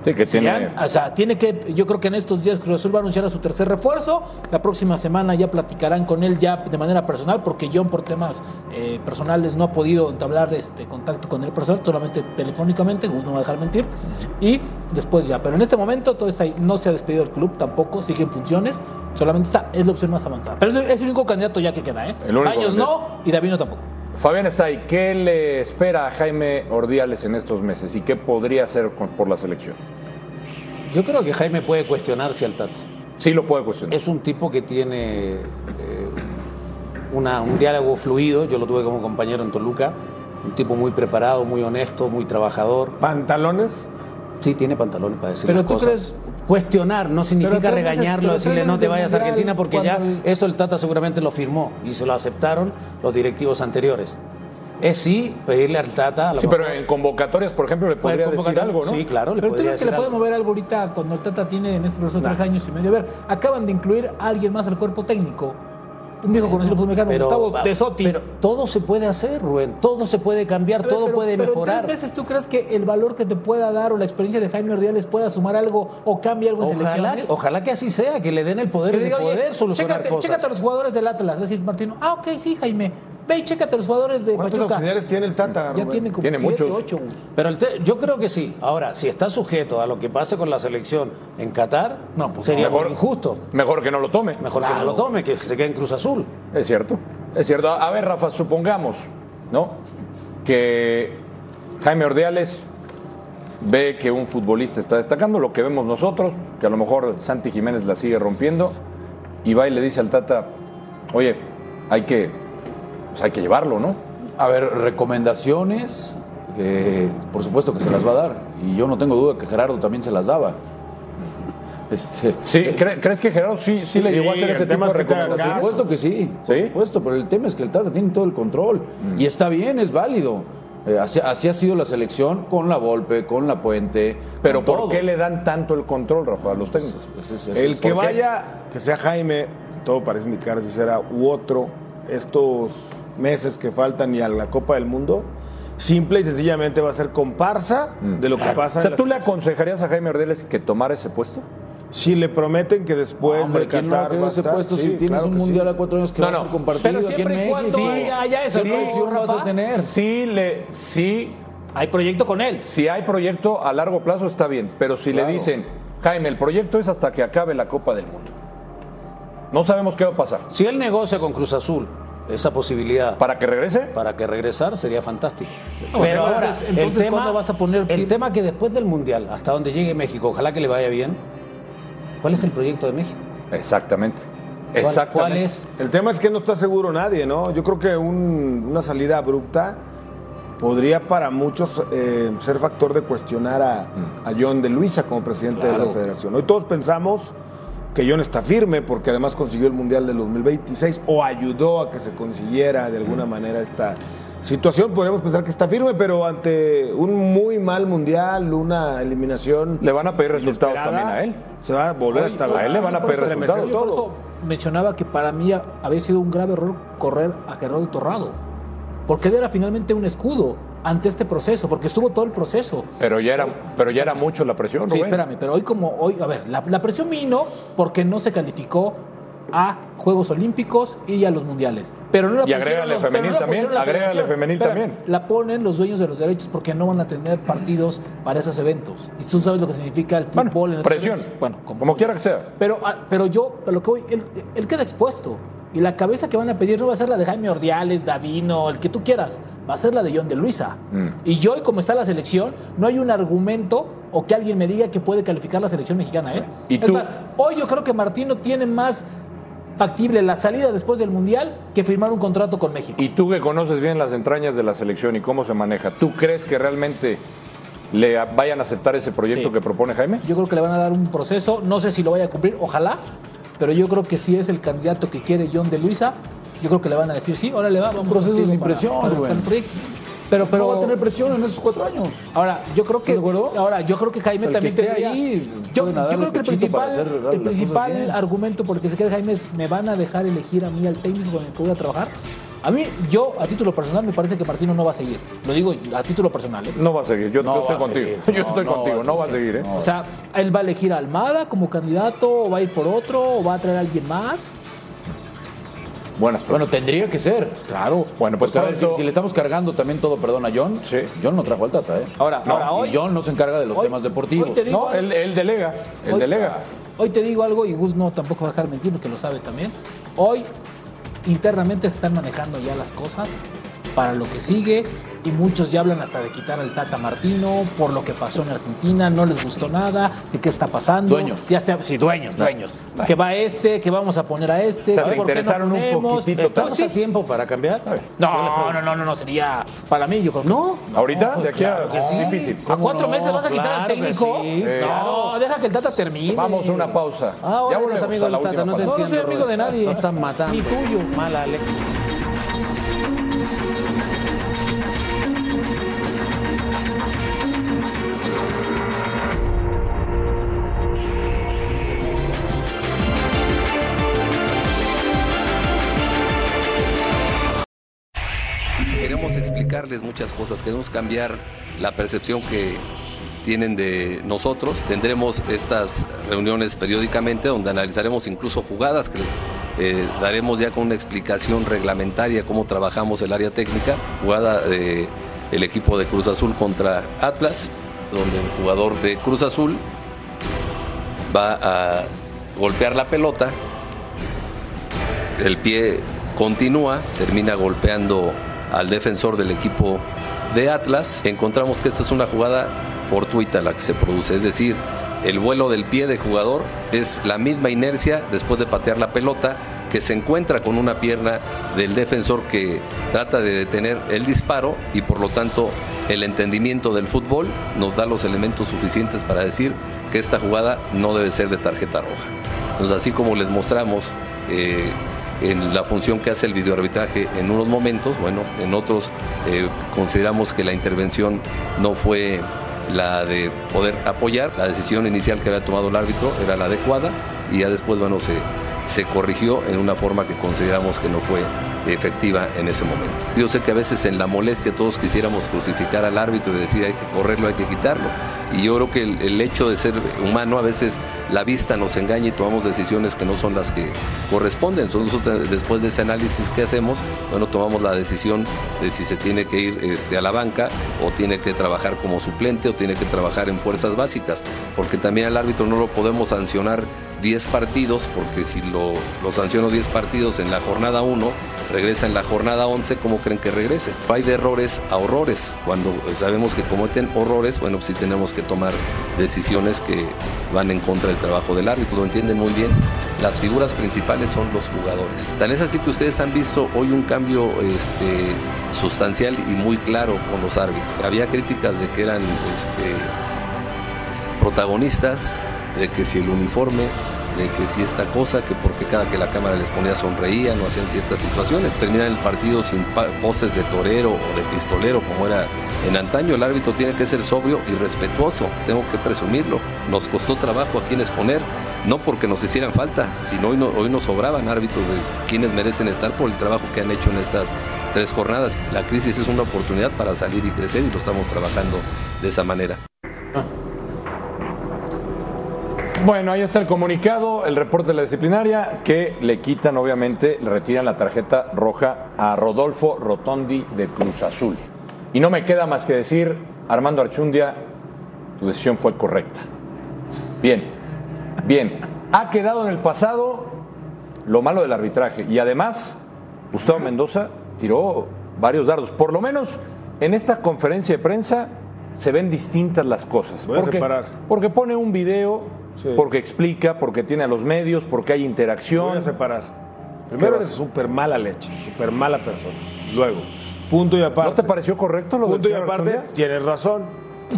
Sí, que tiene.
Ya, o sea, tiene que, yo creo que en estos días Cruz Azul va a anunciar a su tercer refuerzo. La próxima semana ya platicarán con él ya de manera personal, porque John por temas eh, personales no ha podido entablar este contacto con él personal, solamente telefónicamente, Gus no va a dejar mentir. Y después ya. Pero en este momento todo está ahí. No se ha despedido el club tampoco, sigue en funciones. Solamente está, es la opción más avanzada. Pero es, es el único candidato ya que queda, ¿eh?
El único
Baños
candidato.
no y Davino tampoco.
Fabián está ahí. ¿Qué le espera a Jaime Ordiales en estos meses y qué podría hacer con- por la selección?
Yo creo que Jaime puede cuestionarse al Tata.
Sí, lo puede cuestionar.
Es un tipo que tiene eh, una- un diálogo fluido. Yo lo tuve como compañero en Toluca. Un tipo muy preparado, muy honesto, muy trabajador. ¿Pantalones? Sí, tiene pantalones para decir
Pero
las
tú
cosas.
crees-
Cuestionar no
Pero
significa
tú dices-
regañarlo,
pero tú
decirle
dices
no te
del
vayas a
Mundial
Argentina porque ya
cuando-
eso el Tata seguramente lo firmó y se lo aceptaron los directivos anteriores. Es sí pedirle al Tata a lo
Sí, pero
mejor-
en convocatorias, por ejemplo, le
Puede
podría decir
convocar-
algo, ¿no?
Sí, claro, le
Pero tú
podría
crees que
decir
le puede
algo.
mover algo ahorita cuando el Tata tiene en este proceso tres años y medio. A ver, acaban de incluir a alguien más al cuerpo técnico. Un viejo conocido del fútbol mexicano,
Pero-
Gustavo
va-
Tesotti.
Pero todo se puede hacer, Rubén. Todo se puede cambiar, todo puede
pero en
mejorar.
tres veces tú crees que el valor que te pueda dar o la experiencia de Jaime Ordiales pueda sumar algo o cambie algo en
Ojalá,
selecciones?
ojalá que así sea, que le den el
Que
poder
le
de
diga, oye,
poder solucionar
chécate,
cosas.
chécate a los jugadores del Atlas, va a decir Martino. Ah, ok, sí, Jaime. Ve y chécate a los jugadores de
¿Cuántos
Pachuca.
auxiliares tiene el Tata?
Ya
Rubén?
tiene como Tiene siete, muchos. ocho.
Pero el te- yo creo que sí. Ahora, si está sujeto a lo que pase con la selección en Qatar,
pues,
sería
Mejor-
muy injusto.
Mejor que no lo tome.
Mejor que no lo tome, que se quede en Cruz Azul.
Es cierto, es cierto. A ver, Rafa, supongamos, ¿no? Que Jaime Ordeales ve que un futbolista está destacando, lo que vemos nosotros, que a lo mejor Santi Jiménez la sigue rompiendo, y va y le dice al Tata, oye, hay que, pues hay que llevarlo, ¿no?
A ver, recomendaciones, eh, por supuesto que se las va a dar. Y yo no tengo duda que Gerardo también se las daba. Este,
Sí, ¿cre- ¿crees que Gerardo sí, sí, le llegó a hacer ese tipo de recomendaciones?
Por supuesto que sí, por supuesto, pero el tema es que el Tata tiene todo el control.
Mm.
Y está bien, es válido. Eh, así, así ha sido la selección con la Volpe, con la Puente.
Pero ¿por qué le dan tanto el control, Rafa, a los técnicos?
El que vaya, que sea Jaime, que todo parece indicar si será u otro, estos meses que faltan y a la Copa del Mundo, simple y sencillamente va a ser comparsa de lo que pasa
O
en
sea,
la
¿tú le aconsejarías a Jaime Ordeles que tomara ese puesto?
Si le prometen que después
Hombre,
de
¿quién no va a
Qatar
querer
va a
ese
estar-
puesto si
sí,
tienes
claro
un
que sí.
Mundial a cuatro años que
No,
va a
no.
ser compartido
Pero
aquí en
siempre y
México.
cuando haya- haya esa
¿Qué presión vas a tener?
Sí, le, sí.
Hay proyecto con él.
Si hay proyecto a largo plazo está bien, pero si le dicen, Jaime, el proyecto es hasta que acabe la Copa del Mundo. No sabemos qué va a pasar.
Si él negocia con Cruz Azul, esa posibilidad.
¿Para que regrese?
Para que regresar sería fantástico.
Bueno,
Pero ahora,
entonces- entonces,
el tema,
¿cuándo vas a poner
el
pin?
tema que después del Mundial, hasta donde llegue México, ojalá que le vaya bien, ¿cuál es el proyecto de México?
Exactamente.
¿Cuál- Exactamente. cuál es?
El tema es que no está seguro nadie, ¿no? Yo creo que un- una salida abrupta podría para muchos eh, ser factor de cuestionar a, a John de Luisa como presidente de
Claro.
la federación. Hoy todos pensamos que John está firme porque además consiguió el Mundial del 2026 o ayudó a que se consiguiera de alguna manera esta situación. Podríamos pensar que está firme, pero ante un muy mal Mundial, una eliminación...
Le van a pedir
resultados
también
a él. Se va a volver a
Oye,
estar...
oye, por eso-
estremecer
Yo por
todo.
eso mencionaba que para mí ha- había sido un grave error correr a Gerardo Torrado. Porque él era finalmente un escudo ante este proceso, porque estuvo todo el proceso.
Pero ya era, pero ya era mucho la presión,
Sí,
Rubén.
espérame, pero hoy como hoy, a ver, la, la presión vino porque no se calificó a Juegos Olímpicos y a los mundiales. Pero no la
Y
pusieron
agrégale
los-
femenil
pero no la
también,
pusieron la
agrégale
federación.
femenil
Espérame,
también.
La ponen los dueños de los derechos porque no van a tener partidos para esos eventos. Y tú sabes lo que significa el fútbol en esos
presión.
eventos. Bueno, como,
quiera que sea.
Pero, ah, pero yo, a lo que voy, él, él queda expuesto. Y la cabeza que van a pedir no va a ser la de Jaime Ordiales, Davino, el que tú quieras. Va a ser la de John de Luisa.
Mm.
Y yo, y como está la selección, no hay un argumento o que alguien me diga que puede calificar la selección mexicana. ¿eh?
¿Y
es
tú?
más, hoy yo creo que Martino tiene más factible la salida después del Mundial que firmar un contrato con México.
Y tú que conoces bien las entrañas de la selección y cómo se maneja, ¿tú crees que realmente le a- vayan a aceptar ese proyecto que propone Jaime?
Yo creo que le van a dar un proceso, no sé si lo vaya a cumplir, ojalá, pero yo creo que si es el candidato que quiere John de Luisa, yo creo que le van a decir, sí, ahora le va, vamos a
proceso
contigo
sin
para-
presión,
para
Rubén.
buscar el proyecto. Pero, pero
va a tener presión en esos cuatro años.
Ahora, yo creo que ahora yo creo que Jaime
El que
también
esté
tendría-
ahí,
yo,
pueden
yo
darle
creo que el
pechito para
principal,
hacer las
el
cosas
principal
bien.
argumento por el que se queda Jaime es me van a dejar elegir a mí al técnico con el que voy a trabajar. A mí, yo a título personal me parece que Martino no va a seguir. Lo digo a título personal. ¿eh?
No va a seguir, yo,
No
yo
va
estoy
a
contigo.
seguir,
[laughs] yo
no,
estoy
no
contigo,
va a
no va a seguir, ¿eh?
O sea, él va a elegir a Almada como candidato, o va a ir por otro, o va a traer a alguien más.
Buenas
Bueno, tendría que ser. Claro.
Bueno, pues
Porque, a ver, si,
pronto-
si le estamos cargando también todo, perdón, a John, John no trajo al Tata, ¿eh?
Ahora,
No,
ahora
y
hoy-
John no se encarga de los temas deportivos.
hoy te digo algo.
delega,
Hoy- Hoy te digo algo, y Gus no tampoco va a dejar mentir, porque lo sabe también. Hoy internamente se están manejando ya las cosas para lo que sigue, y muchos ya hablan hasta de quitar al Tata Martino por lo que pasó en Argentina, no les gustó nada, de qué está pasando.
Dueños.
Ya sea, sí, dueños, dueños. Que va este, que vamos a poner a este.
O sea,
que
se
por qué no
interesaron un
ponemos.
poquitito,
Estamos
tal.
a tiempo
para cambiar?
No, no, no, no, no, sería para mí, yo creo. ¿No?
¿Ahorita?
Ah,
De aquí a- es difícil. Eh,
¿A cuatro
¿Cómo no?
meses vas a quitar al
Claro que
técnico? Eh,
sí,
no,
claro.
deja que el Tata termine.
Vamos a una pausa.
Ahora
Ah,
Ah, eres
volvemos
amigo
a la
del Tata,
última
no te
pausa.
entiendo, No soy amigo de Roberto. nadie. [laughs]
Lo estás matando.
Ni tuyo.
Mala Alex.
Queremos explicarles muchas cosas, queremos cambiar la percepción que tienen de nosotros. Tendremos estas reuniones periódicamente donde analizaremos incluso jugadas que les eh, daremos ya con una explicación reglamentaria cómo trabajamos el área técnica, jugada de el equipo de Cruz Azul contra Atlas, donde el jugador de Cruz Azul va a golpear la pelota el pie continúa, termina golpeando al defensor del equipo de Atlas. Encontramos que esta es una jugada fortuita la que se produce, es decir, el vuelo del pie de jugador es la misma inercia después de patear la pelota que se encuentra con una pierna del defensor que trata de detener el disparo y por lo tanto el entendimiento del fútbol nos da los elementos suficientes para decir que esta jugada no debe ser de tarjeta roja. Entonces, Pues así como les mostramos eh, en la función que hace el videoarbitraje en unos momentos, bueno, en otros eh, consideramos que la intervención no fue la de poder apoyar, la decisión inicial que había tomado el árbitro era la adecuada y ya después, bueno, se, se corrigió en una forma que consideramos que no fue efectiva en ese momento. Yo sé que a veces en la molestia todos quisiéramos crucificar al árbitro y decir hay que correrlo, hay que quitarlo. Y yo creo que el, el hecho de ser humano, a veces la vista nos engaña y tomamos decisiones que no son las que corresponden. Entonces, nosotros, después de ese análisis que hacemos, bueno, tomamos la decisión de si se tiene que ir este, a la banca o tiene que trabajar como suplente o tiene que trabajar en fuerzas básicas. Porque también al árbitro no lo podemos sancionar 10 partidos, porque si lo, lo sanciono 10 partidos en la jornada 1, regresa en la jornada 11, ¿cómo creen que regrese? Hay de errores a horrores. Cuando sabemos que cometen horrores, bueno, pues sí tenemos que tomar decisiones que van en contra del trabajo del árbitro, lo entienden muy bien. Las figuras principales son los jugadores. Tan es así que ustedes han visto hoy un cambio este, sustancial y muy claro con los árbitros. Había críticas de que eran este, protagonistas, de que si el uniforme, de que si esta cosa, que porque cada que la cámara les ponía sonreía, no hacían ciertas situaciones, terminan el partido sin pa- poses de torero o de pistolero, como era en antaño. El árbitro tiene que ser sobrio y respetuoso, tengo que presumirlo. Nos costó trabajo a quienes poner, no porque nos hicieran falta, sino hoy, no, hoy nos sobraban árbitros de quienes merecen estar por el trabajo que han hecho en estas tres jornadas. La crisis es una oportunidad para salir y crecer y lo estamos trabajando de esa manera.
Bueno, ahí está el comunicado, el reporte de la disciplinaria, que le quitan, obviamente, le retiran la tarjeta roja a Rodolfo Rotondi de Cruz Azul. Y no me queda más que decir, Armando Archundia, tu decisión fue correcta. Bien, bien. Ha quedado en el pasado lo malo del arbitraje. Y además, Gustavo Mendoza tiró varios dardos. Por lo menos en esta conferencia de prensa se ven distintas las cosas.
Voy a
Porque-
separar.
Porque pone un video, porque explica, porque tiene a los medios, porque hay interacción.
Voy a separar. Primero eres súper mala leche, súper mala persona. Luego, punto y aparte. ¿No te
pareció correcto lo del
Punto y
señor
aparte,
Archundia?
tienes razón.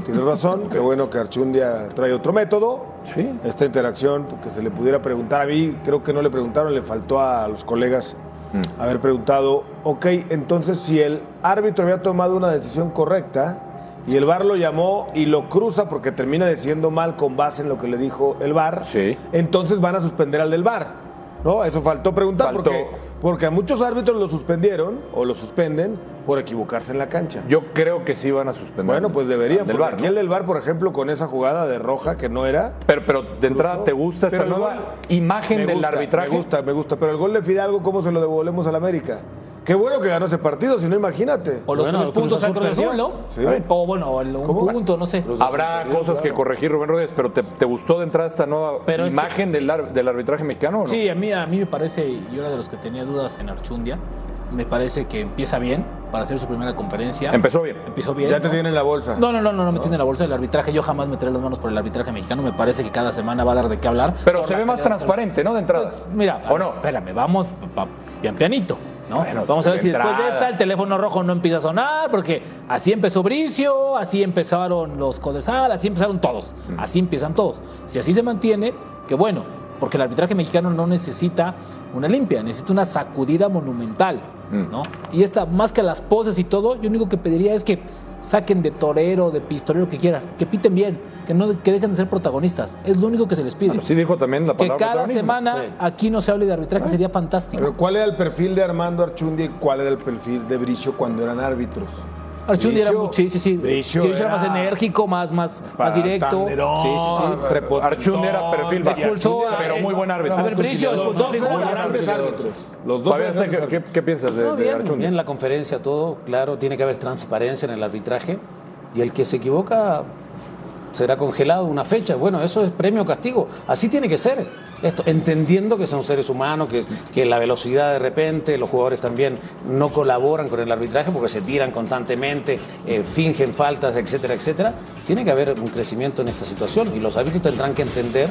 Tienes razón. Qué bueno que Archundia trae otro método.
Sí.
Esta interacción, porque se le pudiera preguntar a mí, creo que no le preguntaron, le faltó a los colegas
Mm.
haber preguntado, ok, entonces si el árbitro había tomado una decisión correcta y el VAR lo llamó y lo cruza porque termina decidiendo mal con base en lo que le dijo el VAR, entonces van a suspender al del VAR. ¿No? Eso faltó preguntar
Faltó.
porque, porque a muchos árbitros lo suspendieron o lo suspenden por equivocarse en la cancha.
Yo creo que sí van a suspender.
Bueno, pues debería,
Del
porque
VAR,
aquí
¿no?
el del VAR, por ejemplo, con esa jugada de roja que no era,
Pero, pero de entrada, ¿te gusta esta
Pero el
nueva
gol-
imagen
me
del
gusta,
arbitraje?
Me gusta, me gusta. Pero el gol de Fidalgo, ¿cómo se lo devolvemos al América? Qué bueno que ganó ese partido, si no, imagínate.
O los tres puntos al Cruz Azul, ¿no?
Sí.
O bueno, o el- un punto, no sé.
Habrá cosas que corregir, Rubén Rodríguez, pero ¿te, te gustó de entrada esta nueva
Pero es que-
imagen del, ar- del arbitraje mexicano? ¿o no?
Sí, a mí, a mí me parece, yo era de los que tenía dudas en Archundia, me parece que empieza bien para hacer su primera conferencia.
Empezó bien.
Empezó bien.
Ya te tiene
en la bolsa.
No, no, no, no, no me tiene en la bolsa el arbitraje. Yo jamás meteré las manos por el arbitraje mexicano. Me parece que cada semana va a dar de qué hablar.
Pero
Por
se
la
ve más
calidad-
transparente, ¿no? De entrada.
Pues, mira, ¿o no? Espérame, vamos pa- pa- pian pianito. ¿no?
Bueno,
Vamos a ver
de
si después de
entrada.
esta el teléfono rojo no empieza a sonar, porque así empezó Bricio, así empezaron los Codesal, así empezaron todos,
Mm.
así empiezan todos. Si así se mantiene, que bueno, porque el arbitraje mexicano no necesita una limpia, necesita una sacudida monumental,
Mm.
¿no? Y esta, más que las poses y todo, yo lo único que pediría es que saquen de torero, de pistolero, que quieran, que piten bien, que no que dejen de ser protagonistas. Es lo único que se les pide.
Ah, pues Sí dijo también la
que
palabra
cada
protagonismo.
semana
Sí.
aquí no se hable de arbitraje, sería fantástico.
Pero ¿cuál era el perfil de Armando Archundi y cuál era el perfil de Bricio cuando eran árbitros?
Archundi era
Bricio-
muy, sí, sí, sí.
Bricio
Sí, era más
era-
enérgico, más, más,
Pa-
más directo.
Tanderón,
sí, sí, sí.
prepotentón.
Archunde era perfil bajo.
Pues, Expulsó a-
pero muy buen árbitro. Pues,
A ver, Bricio expulsó a figuras.
Los
Los
dos.
dos
Fabián,
eran
¿qué, qué, qué piensas de,
No,
de
bien,
Archundia?
bien, la conferencia, todo, claro, tiene que haber transparencia en el arbitraje. Y el que se equivoca será congelado una fecha. Bueno, eso es premio o castigo. Así tiene que ser. Esto, entendiendo que son seres humanos, que, que la velocidad de repente, los jugadores también no colaboran con el arbitraje porque se tiran constantemente, eh, fingen faltas, etcétera, etcétera. Tiene que haber un crecimiento en esta situación y los árbitros tendrán que entender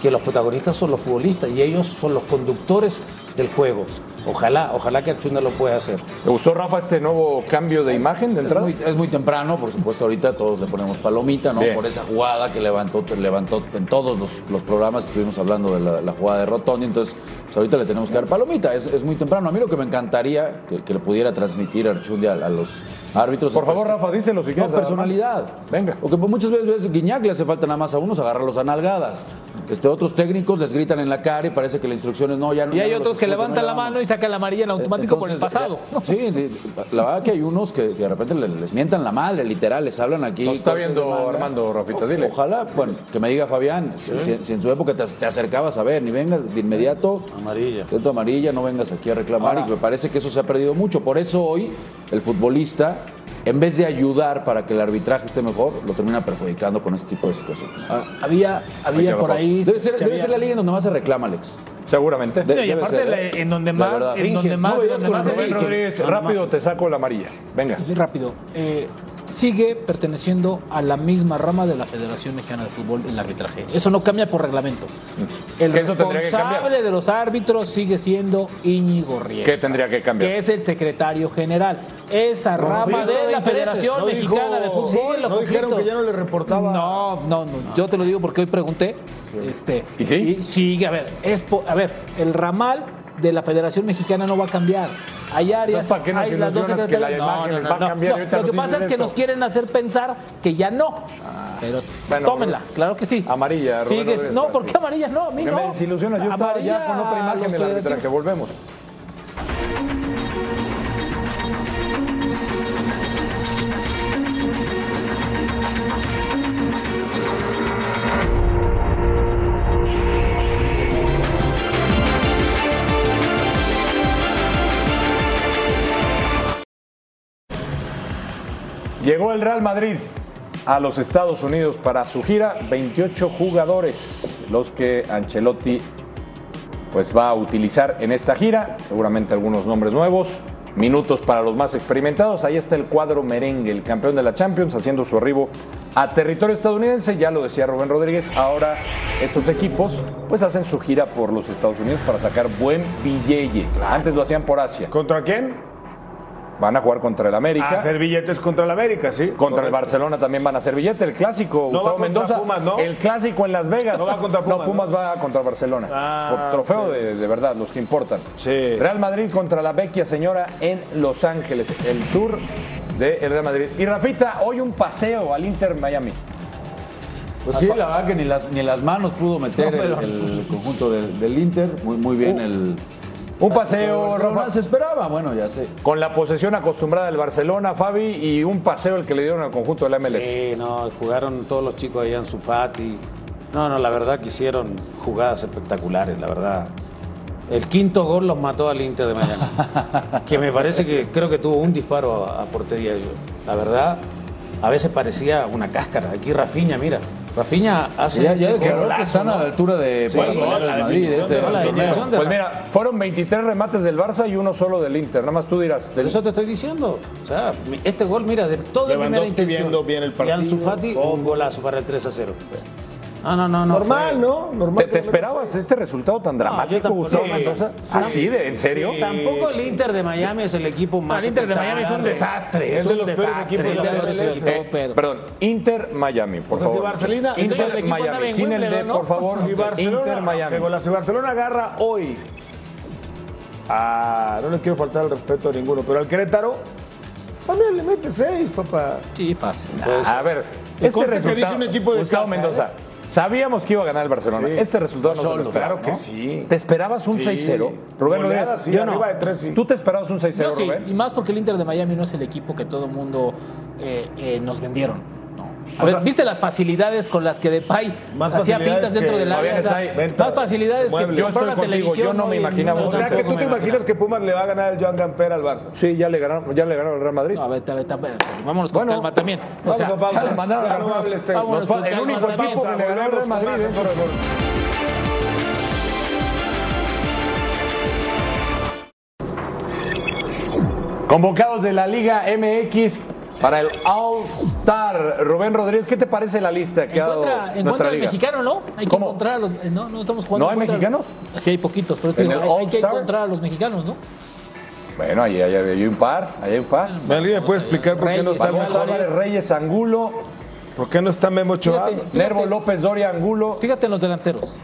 que los protagonistas son los futbolistas y ellos son los conductores del juego. Ojalá, ojalá que Archunda lo pueda hacer.
¿Te gustó, Rafa, este nuevo cambio de imagen de
Es
entrada?
muy, es muy temprano, por supuesto, ahorita todos le ponemos palomita, ¿no?
Bien.
Por esa jugada que levantó, levantó en todos los, los programas estuvimos hablando de la, la jugada de Rotondi, entonces pues, ahorita le tenemos que dar palomita, es, es muy temprano. A mí lo que me encantaría que, que le pudiera transmitir Archundia a, a los árbitros.
Por favor,
especialistas.
Rafa, díselo si quieres,
No,
además.
personalidad. Venga. Porque pues, muchas veces ves Guiñac le hace falta nada más a unos agarrarlos a nalgadas. Este, otros técnicos les gritan en la cara y parece que la instrucción es no, ya no.
Y
ya
hay
no los
otros que
escucho, no
levantan
le
la
vamos.
mano y sacan la amarilla en automático por el
Entonces,
pasado.
ya- sí, de- la verdad que hay unos que, que de repente les, les mientan la madre, literal, les hablan aquí.
Nos está
cortes de
viendo
manga.
Armando, Rafita,
O-
dile.
Ojalá, bueno, que me diga Fabián, si- si, si en su época te, te acercabas a ver, ni vengas de inmediato. Amarilla. Tanto amarilla, no vengas aquí a reclamar.
Ahora-
y me parece que eso se ha perdido mucho. Por eso hoy el futbolista, en vez de ayudar para que el arbitraje esté mejor, lo termina perjudicando con este tipo de situaciones.
Ah, Había, había por ahí.
Debe
se-
ser,
se
debe
había-
ser la liga en donde más se reclama, Alex.
Seguramente.
De-
No, y
debe
aparte,
ser,
la-
¿eh?
en donde
La
más,
verdad,
en donde
fingen.
más,
No
en
veías
donde
con
más
Rubén
se fingen.
Rodríguez,
Donde
rápido
más.
Te saco la amarilla. Venga.
Muy rápido. Eh, sigue perteneciendo a la misma rama de la Federación Mexicana de Fútbol el arbitraje. Eso no cambia por reglamento. El
Que Mm. eso tendría que
responsable de los árbitros sigue siendo Íñigo Riestra.
¿Qué tendría que cambiar?
Que es el secretario general. Esa
Conflicto
rama de
de
la
intereses.
Federación
No dijo-
Mexicana de Fútbol.
Sí,
lo
no dijeron
conflicto.
que ya no le reportaba.
No, no, no. Yo te lo digo porque hoy pregunté. Este,
¿Y sí?
y sigue, a ver, es po- a ver, el ramal de la Federación Mexicana no va a cambiar. Hay áreas,
Entonces, ¿para qué nos
hay las dos
ilusionas que la
secretarias.
imagen va a cambiar? Ahorita
Lo que
nos
pasa
dicen
es que
esto. Ah,
nos quieren hacer pensar que ya no. Pero tómenla, claro que sí.
Amarilla, Rubén
Sigues.
Rodríguez,
No,
para
¿por
ti.
qué amarillas? No, a mí
Que
no.
me desilusionas, yo estaba ya con otra imagen del arbitraje. Volvemos. Llegó el Real Madrid a los Estados Unidos para su gira. 28 jugadores los que Ancelotti pues va a utilizar en esta gira. Seguramente algunos nombres nuevos. Minutos para los más experimentados. Ahí está el cuadro merengue, el campeón de la Champions, haciendo su arribo a territorio estadounidense. Ya lo decía Rubén Rodríguez. Ahora estos equipos pues hacen su gira por los Estados Unidos para sacar buen billete. Antes lo hacían por Asia. ¿Contra quién? Van a jugar contra el América.
Hacer billetes contra el América, sí.
Contra el Barcelona también van a hacer billete. El clásico,
No va
Gustavo
contra
Mendoza.
Pumas, ¿no?
El clásico en Las Vegas.
No va contra
No,
Pumas,
Pumas va contra Barcelona.
Ah,
Por trofeo
ok.
de, de verdad, los que importan. Real Madrid contra la vecchia señora en Los Ángeles. El tour del Real Madrid. Y Rafita, hoy un paseo al Inter Miami.
Pues sí, la verdad que ni las, ni las manos pudo meter el, el conjunto del- del Inter. Muy, muy bien el.
Uh. Un paseo,
Barcelona
Rafa.
se esperaba, bueno, ya sé.
Con la posesión acostumbrada del Barcelona, Fabi, y un paseo el que le dieron al conjunto del MLS.
Sí, no, jugaron todos los chicos allá en Sufati. No, no, la verdad que hicieron jugadas espectaculares, la verdad. El quinto gol los mató al Inter de
[laughs]
mañana. que me parece que creo que tuvo un disparo a, a portería. yo. La verdad, a veces parecía una cáscara. Aquí Rafiña, mira. Rafiña hace.
Ya,
este
ya declaró
golazo,
que están a
¿no?
la altura de
Sí, la
para golear al Madrid.
definición
Este,
de- la
este torneo.
definición de
Pues mira, fueron 23 remates del Barça y uno solo del Inter. Nada más tú dirás.
Pero eso te estoy diciendo. O sea, mi- este gol, mira, de toda primera
Lewandowski
intención.
viendo bien el partido.
Y Ansu Fati, un golazo para el 3 a 0. Ah, No, no, no. no
Normal,
fue-
¿no? Normal. ¿Te, te esperabas este resultado tan
yo
dramático,
tampoco.
Gustavo
Sí.
Mendoza?
Sí.
¿Así de? ¿En serio?
Sí. Tampoco el Inter de Miami es el equipo más.
el Inter de
pesado.
Miami es un desastre, es un desastre, es de los peores equipos. Eh, perdón, Inter Miami, por
Entonces,
favor.
si Barcelona,
Inter Miami, sin el de, por favor.
Si Barcelona,
Inter Miami.
ok, bueno, si Barcelona agarra hoy, a- no le quiero faltar el respeto a ninguno, pero al Querétaro también le mete seis, papá.
Sí, fácil.
a ver,
Y
este
conste Pues, que
resultado,
dije un equipo de
Gustavo
casa, ¿eh?
Mendoza, sabíamos que iba a ganar el Barcelona.
Sí.
Este resultado no, te lo
Solos,
esperabas,
claro que
¿no?
sí.
¿Te esperabas un
Sí.
6-0? Rubén
Goleada,
Rodríguez,
sí,
yo no.
arriba de tres, sí.
¿Tú te esperabas un 6-0,
Yo sí,
Rubén?
y más porque el Inter de Miami no es el equipo que todo mundo eh, eh, nos vendieron. No. A
O
ver,
sea,
¿viste las facilidades con las que Depay
Más
hacía
facilidades
pintas dentro
que
del área? O sea,
Fabián Estay,
más
venta
facilidades que
muebles. Yo
comprar
estoy
la
contigo,
televisión.
yo no me
hoy en
imaginaba
una
O sea, que tú
tampoco
te
me
imaginas que Pumas le va a ganar el Joan Gamper al Barça.
Sí, ya le ganaron, ya le ganaron al Real Madrid.
A ver, a ver, a ver, vámonos con
Bueno,
calma también. O
vamos
sea,
a pausa.
ya lo mandaron a
Ya no
la-
hables, Teo.
vámonos
Nos
con
falta el
calma
único
también.
equipo que le ganó al Real Madrid, ¿eh? Por favor.
Convocados de la Liga MX para el All Star. Rubén Rodríguez, ¿qué te parece la lista que ha
Encuentra,
dado
encuentra
nuestra
al
liga?
mexicano, ¿no? Hay que encontrar a los. eh, No, no estamos jugando.
¿No hay
contra-
mexicanos?
Sí, hay poquitos, pero te
¿En
digo,
el
hay, hay que
All-Star?
encontrar a los mexicanos, ¿no?
Bueno, ahí, ahí hay un par, ahí hay un par.
¿Alguien me puede pues, explicar por qué no está
Ramón
mejor?
Álvarez, Reyes Angulo,
¿Por qué no está Memo Ochoa?
Fíjate, fíjate.
Nervo López Doria Angulo,
Fíjate en los delanteros.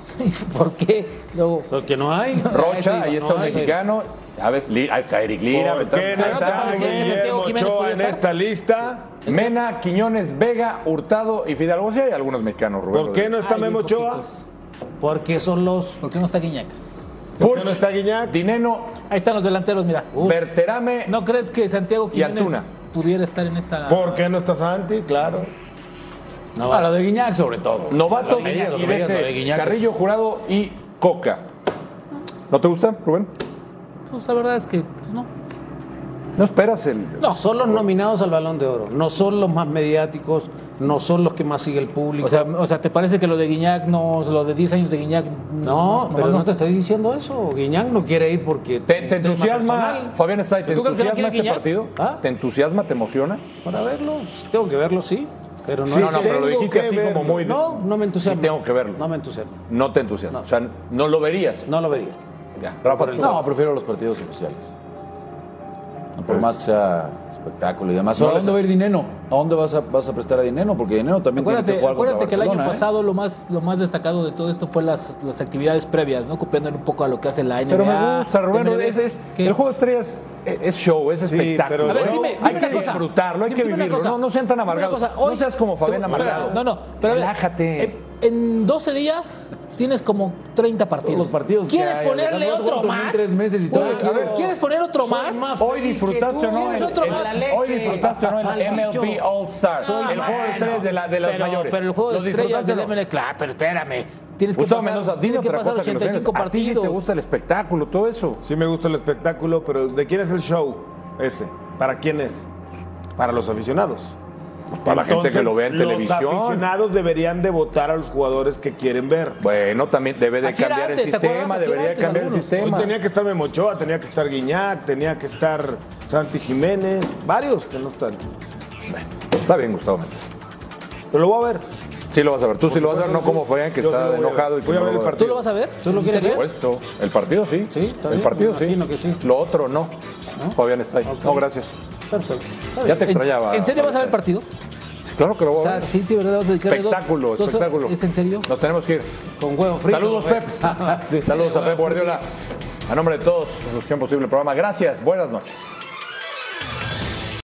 ¿Por qué? Luego,
Porque no hay.
Rocha,
sí,
ahí
no
está un
hay.
mexicano, ¿Sabes? Li- Ahí está Eric Lira.
¿Por
está-
qué no
ahí está,
está
sí,
Guillermo
Santiago Jiménez
Ochoa
podría
en
estar.
esta lista?
Mena, Quiñones, Vega, Hurtado y Fidalgo. Sí hay algunos mexicanos, Rubén.
¿Por qué no está Memo Ochoa?
Porque son los. ¿Por
qué no está Guiñac?
¿Por qué no está Guiñac? Dineno.
Ahí están los delanteros, mira.
Berterame.
¿No crees que Santiago Jiménez
Antuna.
pudiera estar en esta?
¿Por qué no está Santi? Claro.
No,
a lo de Guiñac sobre todo. Lo
Novatos,
de Guiñac,
y
lo de
vete,
Guiñac es-
Carrillo, Jurado y Coca. ¿No te gusta, Rubén?
Pues la verdad es que pues, no.
No esperas el.
No, son los nominados al Balón de Oro. No son los más mediáticos, no son los que más sigue el público.
O sea, o sea, ¿te parece que lo de Guiñac no, lo de 10 años de Guiñac
no, pero no. te estoy diciendo eso. Guiñac no quiere ir porque.
¿Te, te entusiasma, Fabián Stay, ¿te
¿Tú crees que no
entusiasma
quiere
este
Guiñac?
partido? ¿Te entusiasma, te emociona?
Para verlo, sí, tengo que verlo, sí. Pero no,
Sí, no, no, pero lo tengo dijiste que así como verlo. muy de-
No, no me entusiasma.
Sí, tengo que verlo.
No me entusiasma.
No te entusiasma. O sea, no lo verías.
No lo vería.
Ya. Rafa, tú.
No, prefiero los partidos oficiales. Por más que sea espectáculo y demás.
No
Ahora, ¿A
les-
dónde va a ir Dineno? ¿A dónde vas a, vas a prestar a Dineno? Porque Dineno también tiene que
Acuérdate,
jugar contra
acuérdate que el año
Barcelona, ¿eh?
pasado lo más lo más destacado de todo esto fue las, las actividades previas, ¿no? Copiando un poco a lo que hace la NBA.
Pero me gusta, Rubén.
MLB,
ese es-
que-
el juego de estrellas es, es show, es
Sí,
espectáculo.
pero
A ver,
show-
dime-
dime
hay
una
que
cosa.
disfrutarlo, hay que
Dime una
vivirlo.
cosa.
No, no sean tan
Dime una
amargados.
cosa.
no
Hoy-
seas como Fabián
Pero-
amargado.
No, no, pero a ver,
Relájate.
eh, En 12 días tienes como 30 partidos.
los partidos que
¿Quieres
hay,
ponerle
Alejandro,
otro
jugando en
más?
tres meses y todavía
Oye,
quiero-
a ver, ¿Quieres poner otro
Soy
más?
más
Hoy disfrutaste o no el,
¿Quieres otro
el-
más?
hoy disfrutaste o no el MLB All Star,
Soy
el juego de
bueno.
estrellas de, la, de las
pero,
mayores.
Pero el juego de
¿Lo
estrellas
disfrutaste
del
o no?
MLB, claro, ah, pero espérame. Tienes que
Gustavo
pasar,
Mendoza, dime
tienes que
otra
pasar
cosa que
85
nos tienes. A ti sí te
partidos.
gusta el espectáculo, todo eso.
Sí me gusta el espectáculo, pero ¿de quién es el show ese? ¿Para quién es? Para los aficionados.
para la gente que lo ve en
los
televisión.
Los aficionados deberían de votar a los jugadores que quieren ver.
Bueno, Eh, también debe de
Así era
cambiar
antes,
el
¿te acuerdas?
sistema,
Así era
debería
antes
cambiar
algunos.
el sistema.
Pues
Hoy tenía que estar Memochoa, tenía que estar Guiñac, tenía que estar Santi Jiménez, varios que no están.
Está bien, Gustavo Méndez.
Pero lo voy a ver.
Sí lo vas a ver. Tú
Por
sí lo vas a ver, no
supuesto,
como
sí.
Fabián,
Yo sí
que
lo
está
voy a ver.
enojado. y que
Voy a
no
ver
lo
el
va
partido.
¿Tú lo vas a ver?
¿Tú lo quieres
¿En
ver?
Por supuesto. El partido sí. Sí,
está
El
bien,
partido
me
sí.
imagino que sí.
Lo otro no. Fabián está ahí. No, gracias.
Perfecto. Está
Ya
bien.
te extrañaba.
¿En serio vas a ver el partido?
Sí, Claro que lo voy a
O
ver.
sea, sí, sí, ¿verdad? Vas a dedicarle dos-
Espectáculo,
dos-
espectáculo.
¿Es en serio?
Nos tenemos que ir.
Con huevo frito.
Saludos, Pep. Saludos a Pep Guardiola. A nombre de todos los que han posible el programa. Gracias. Buenas noches.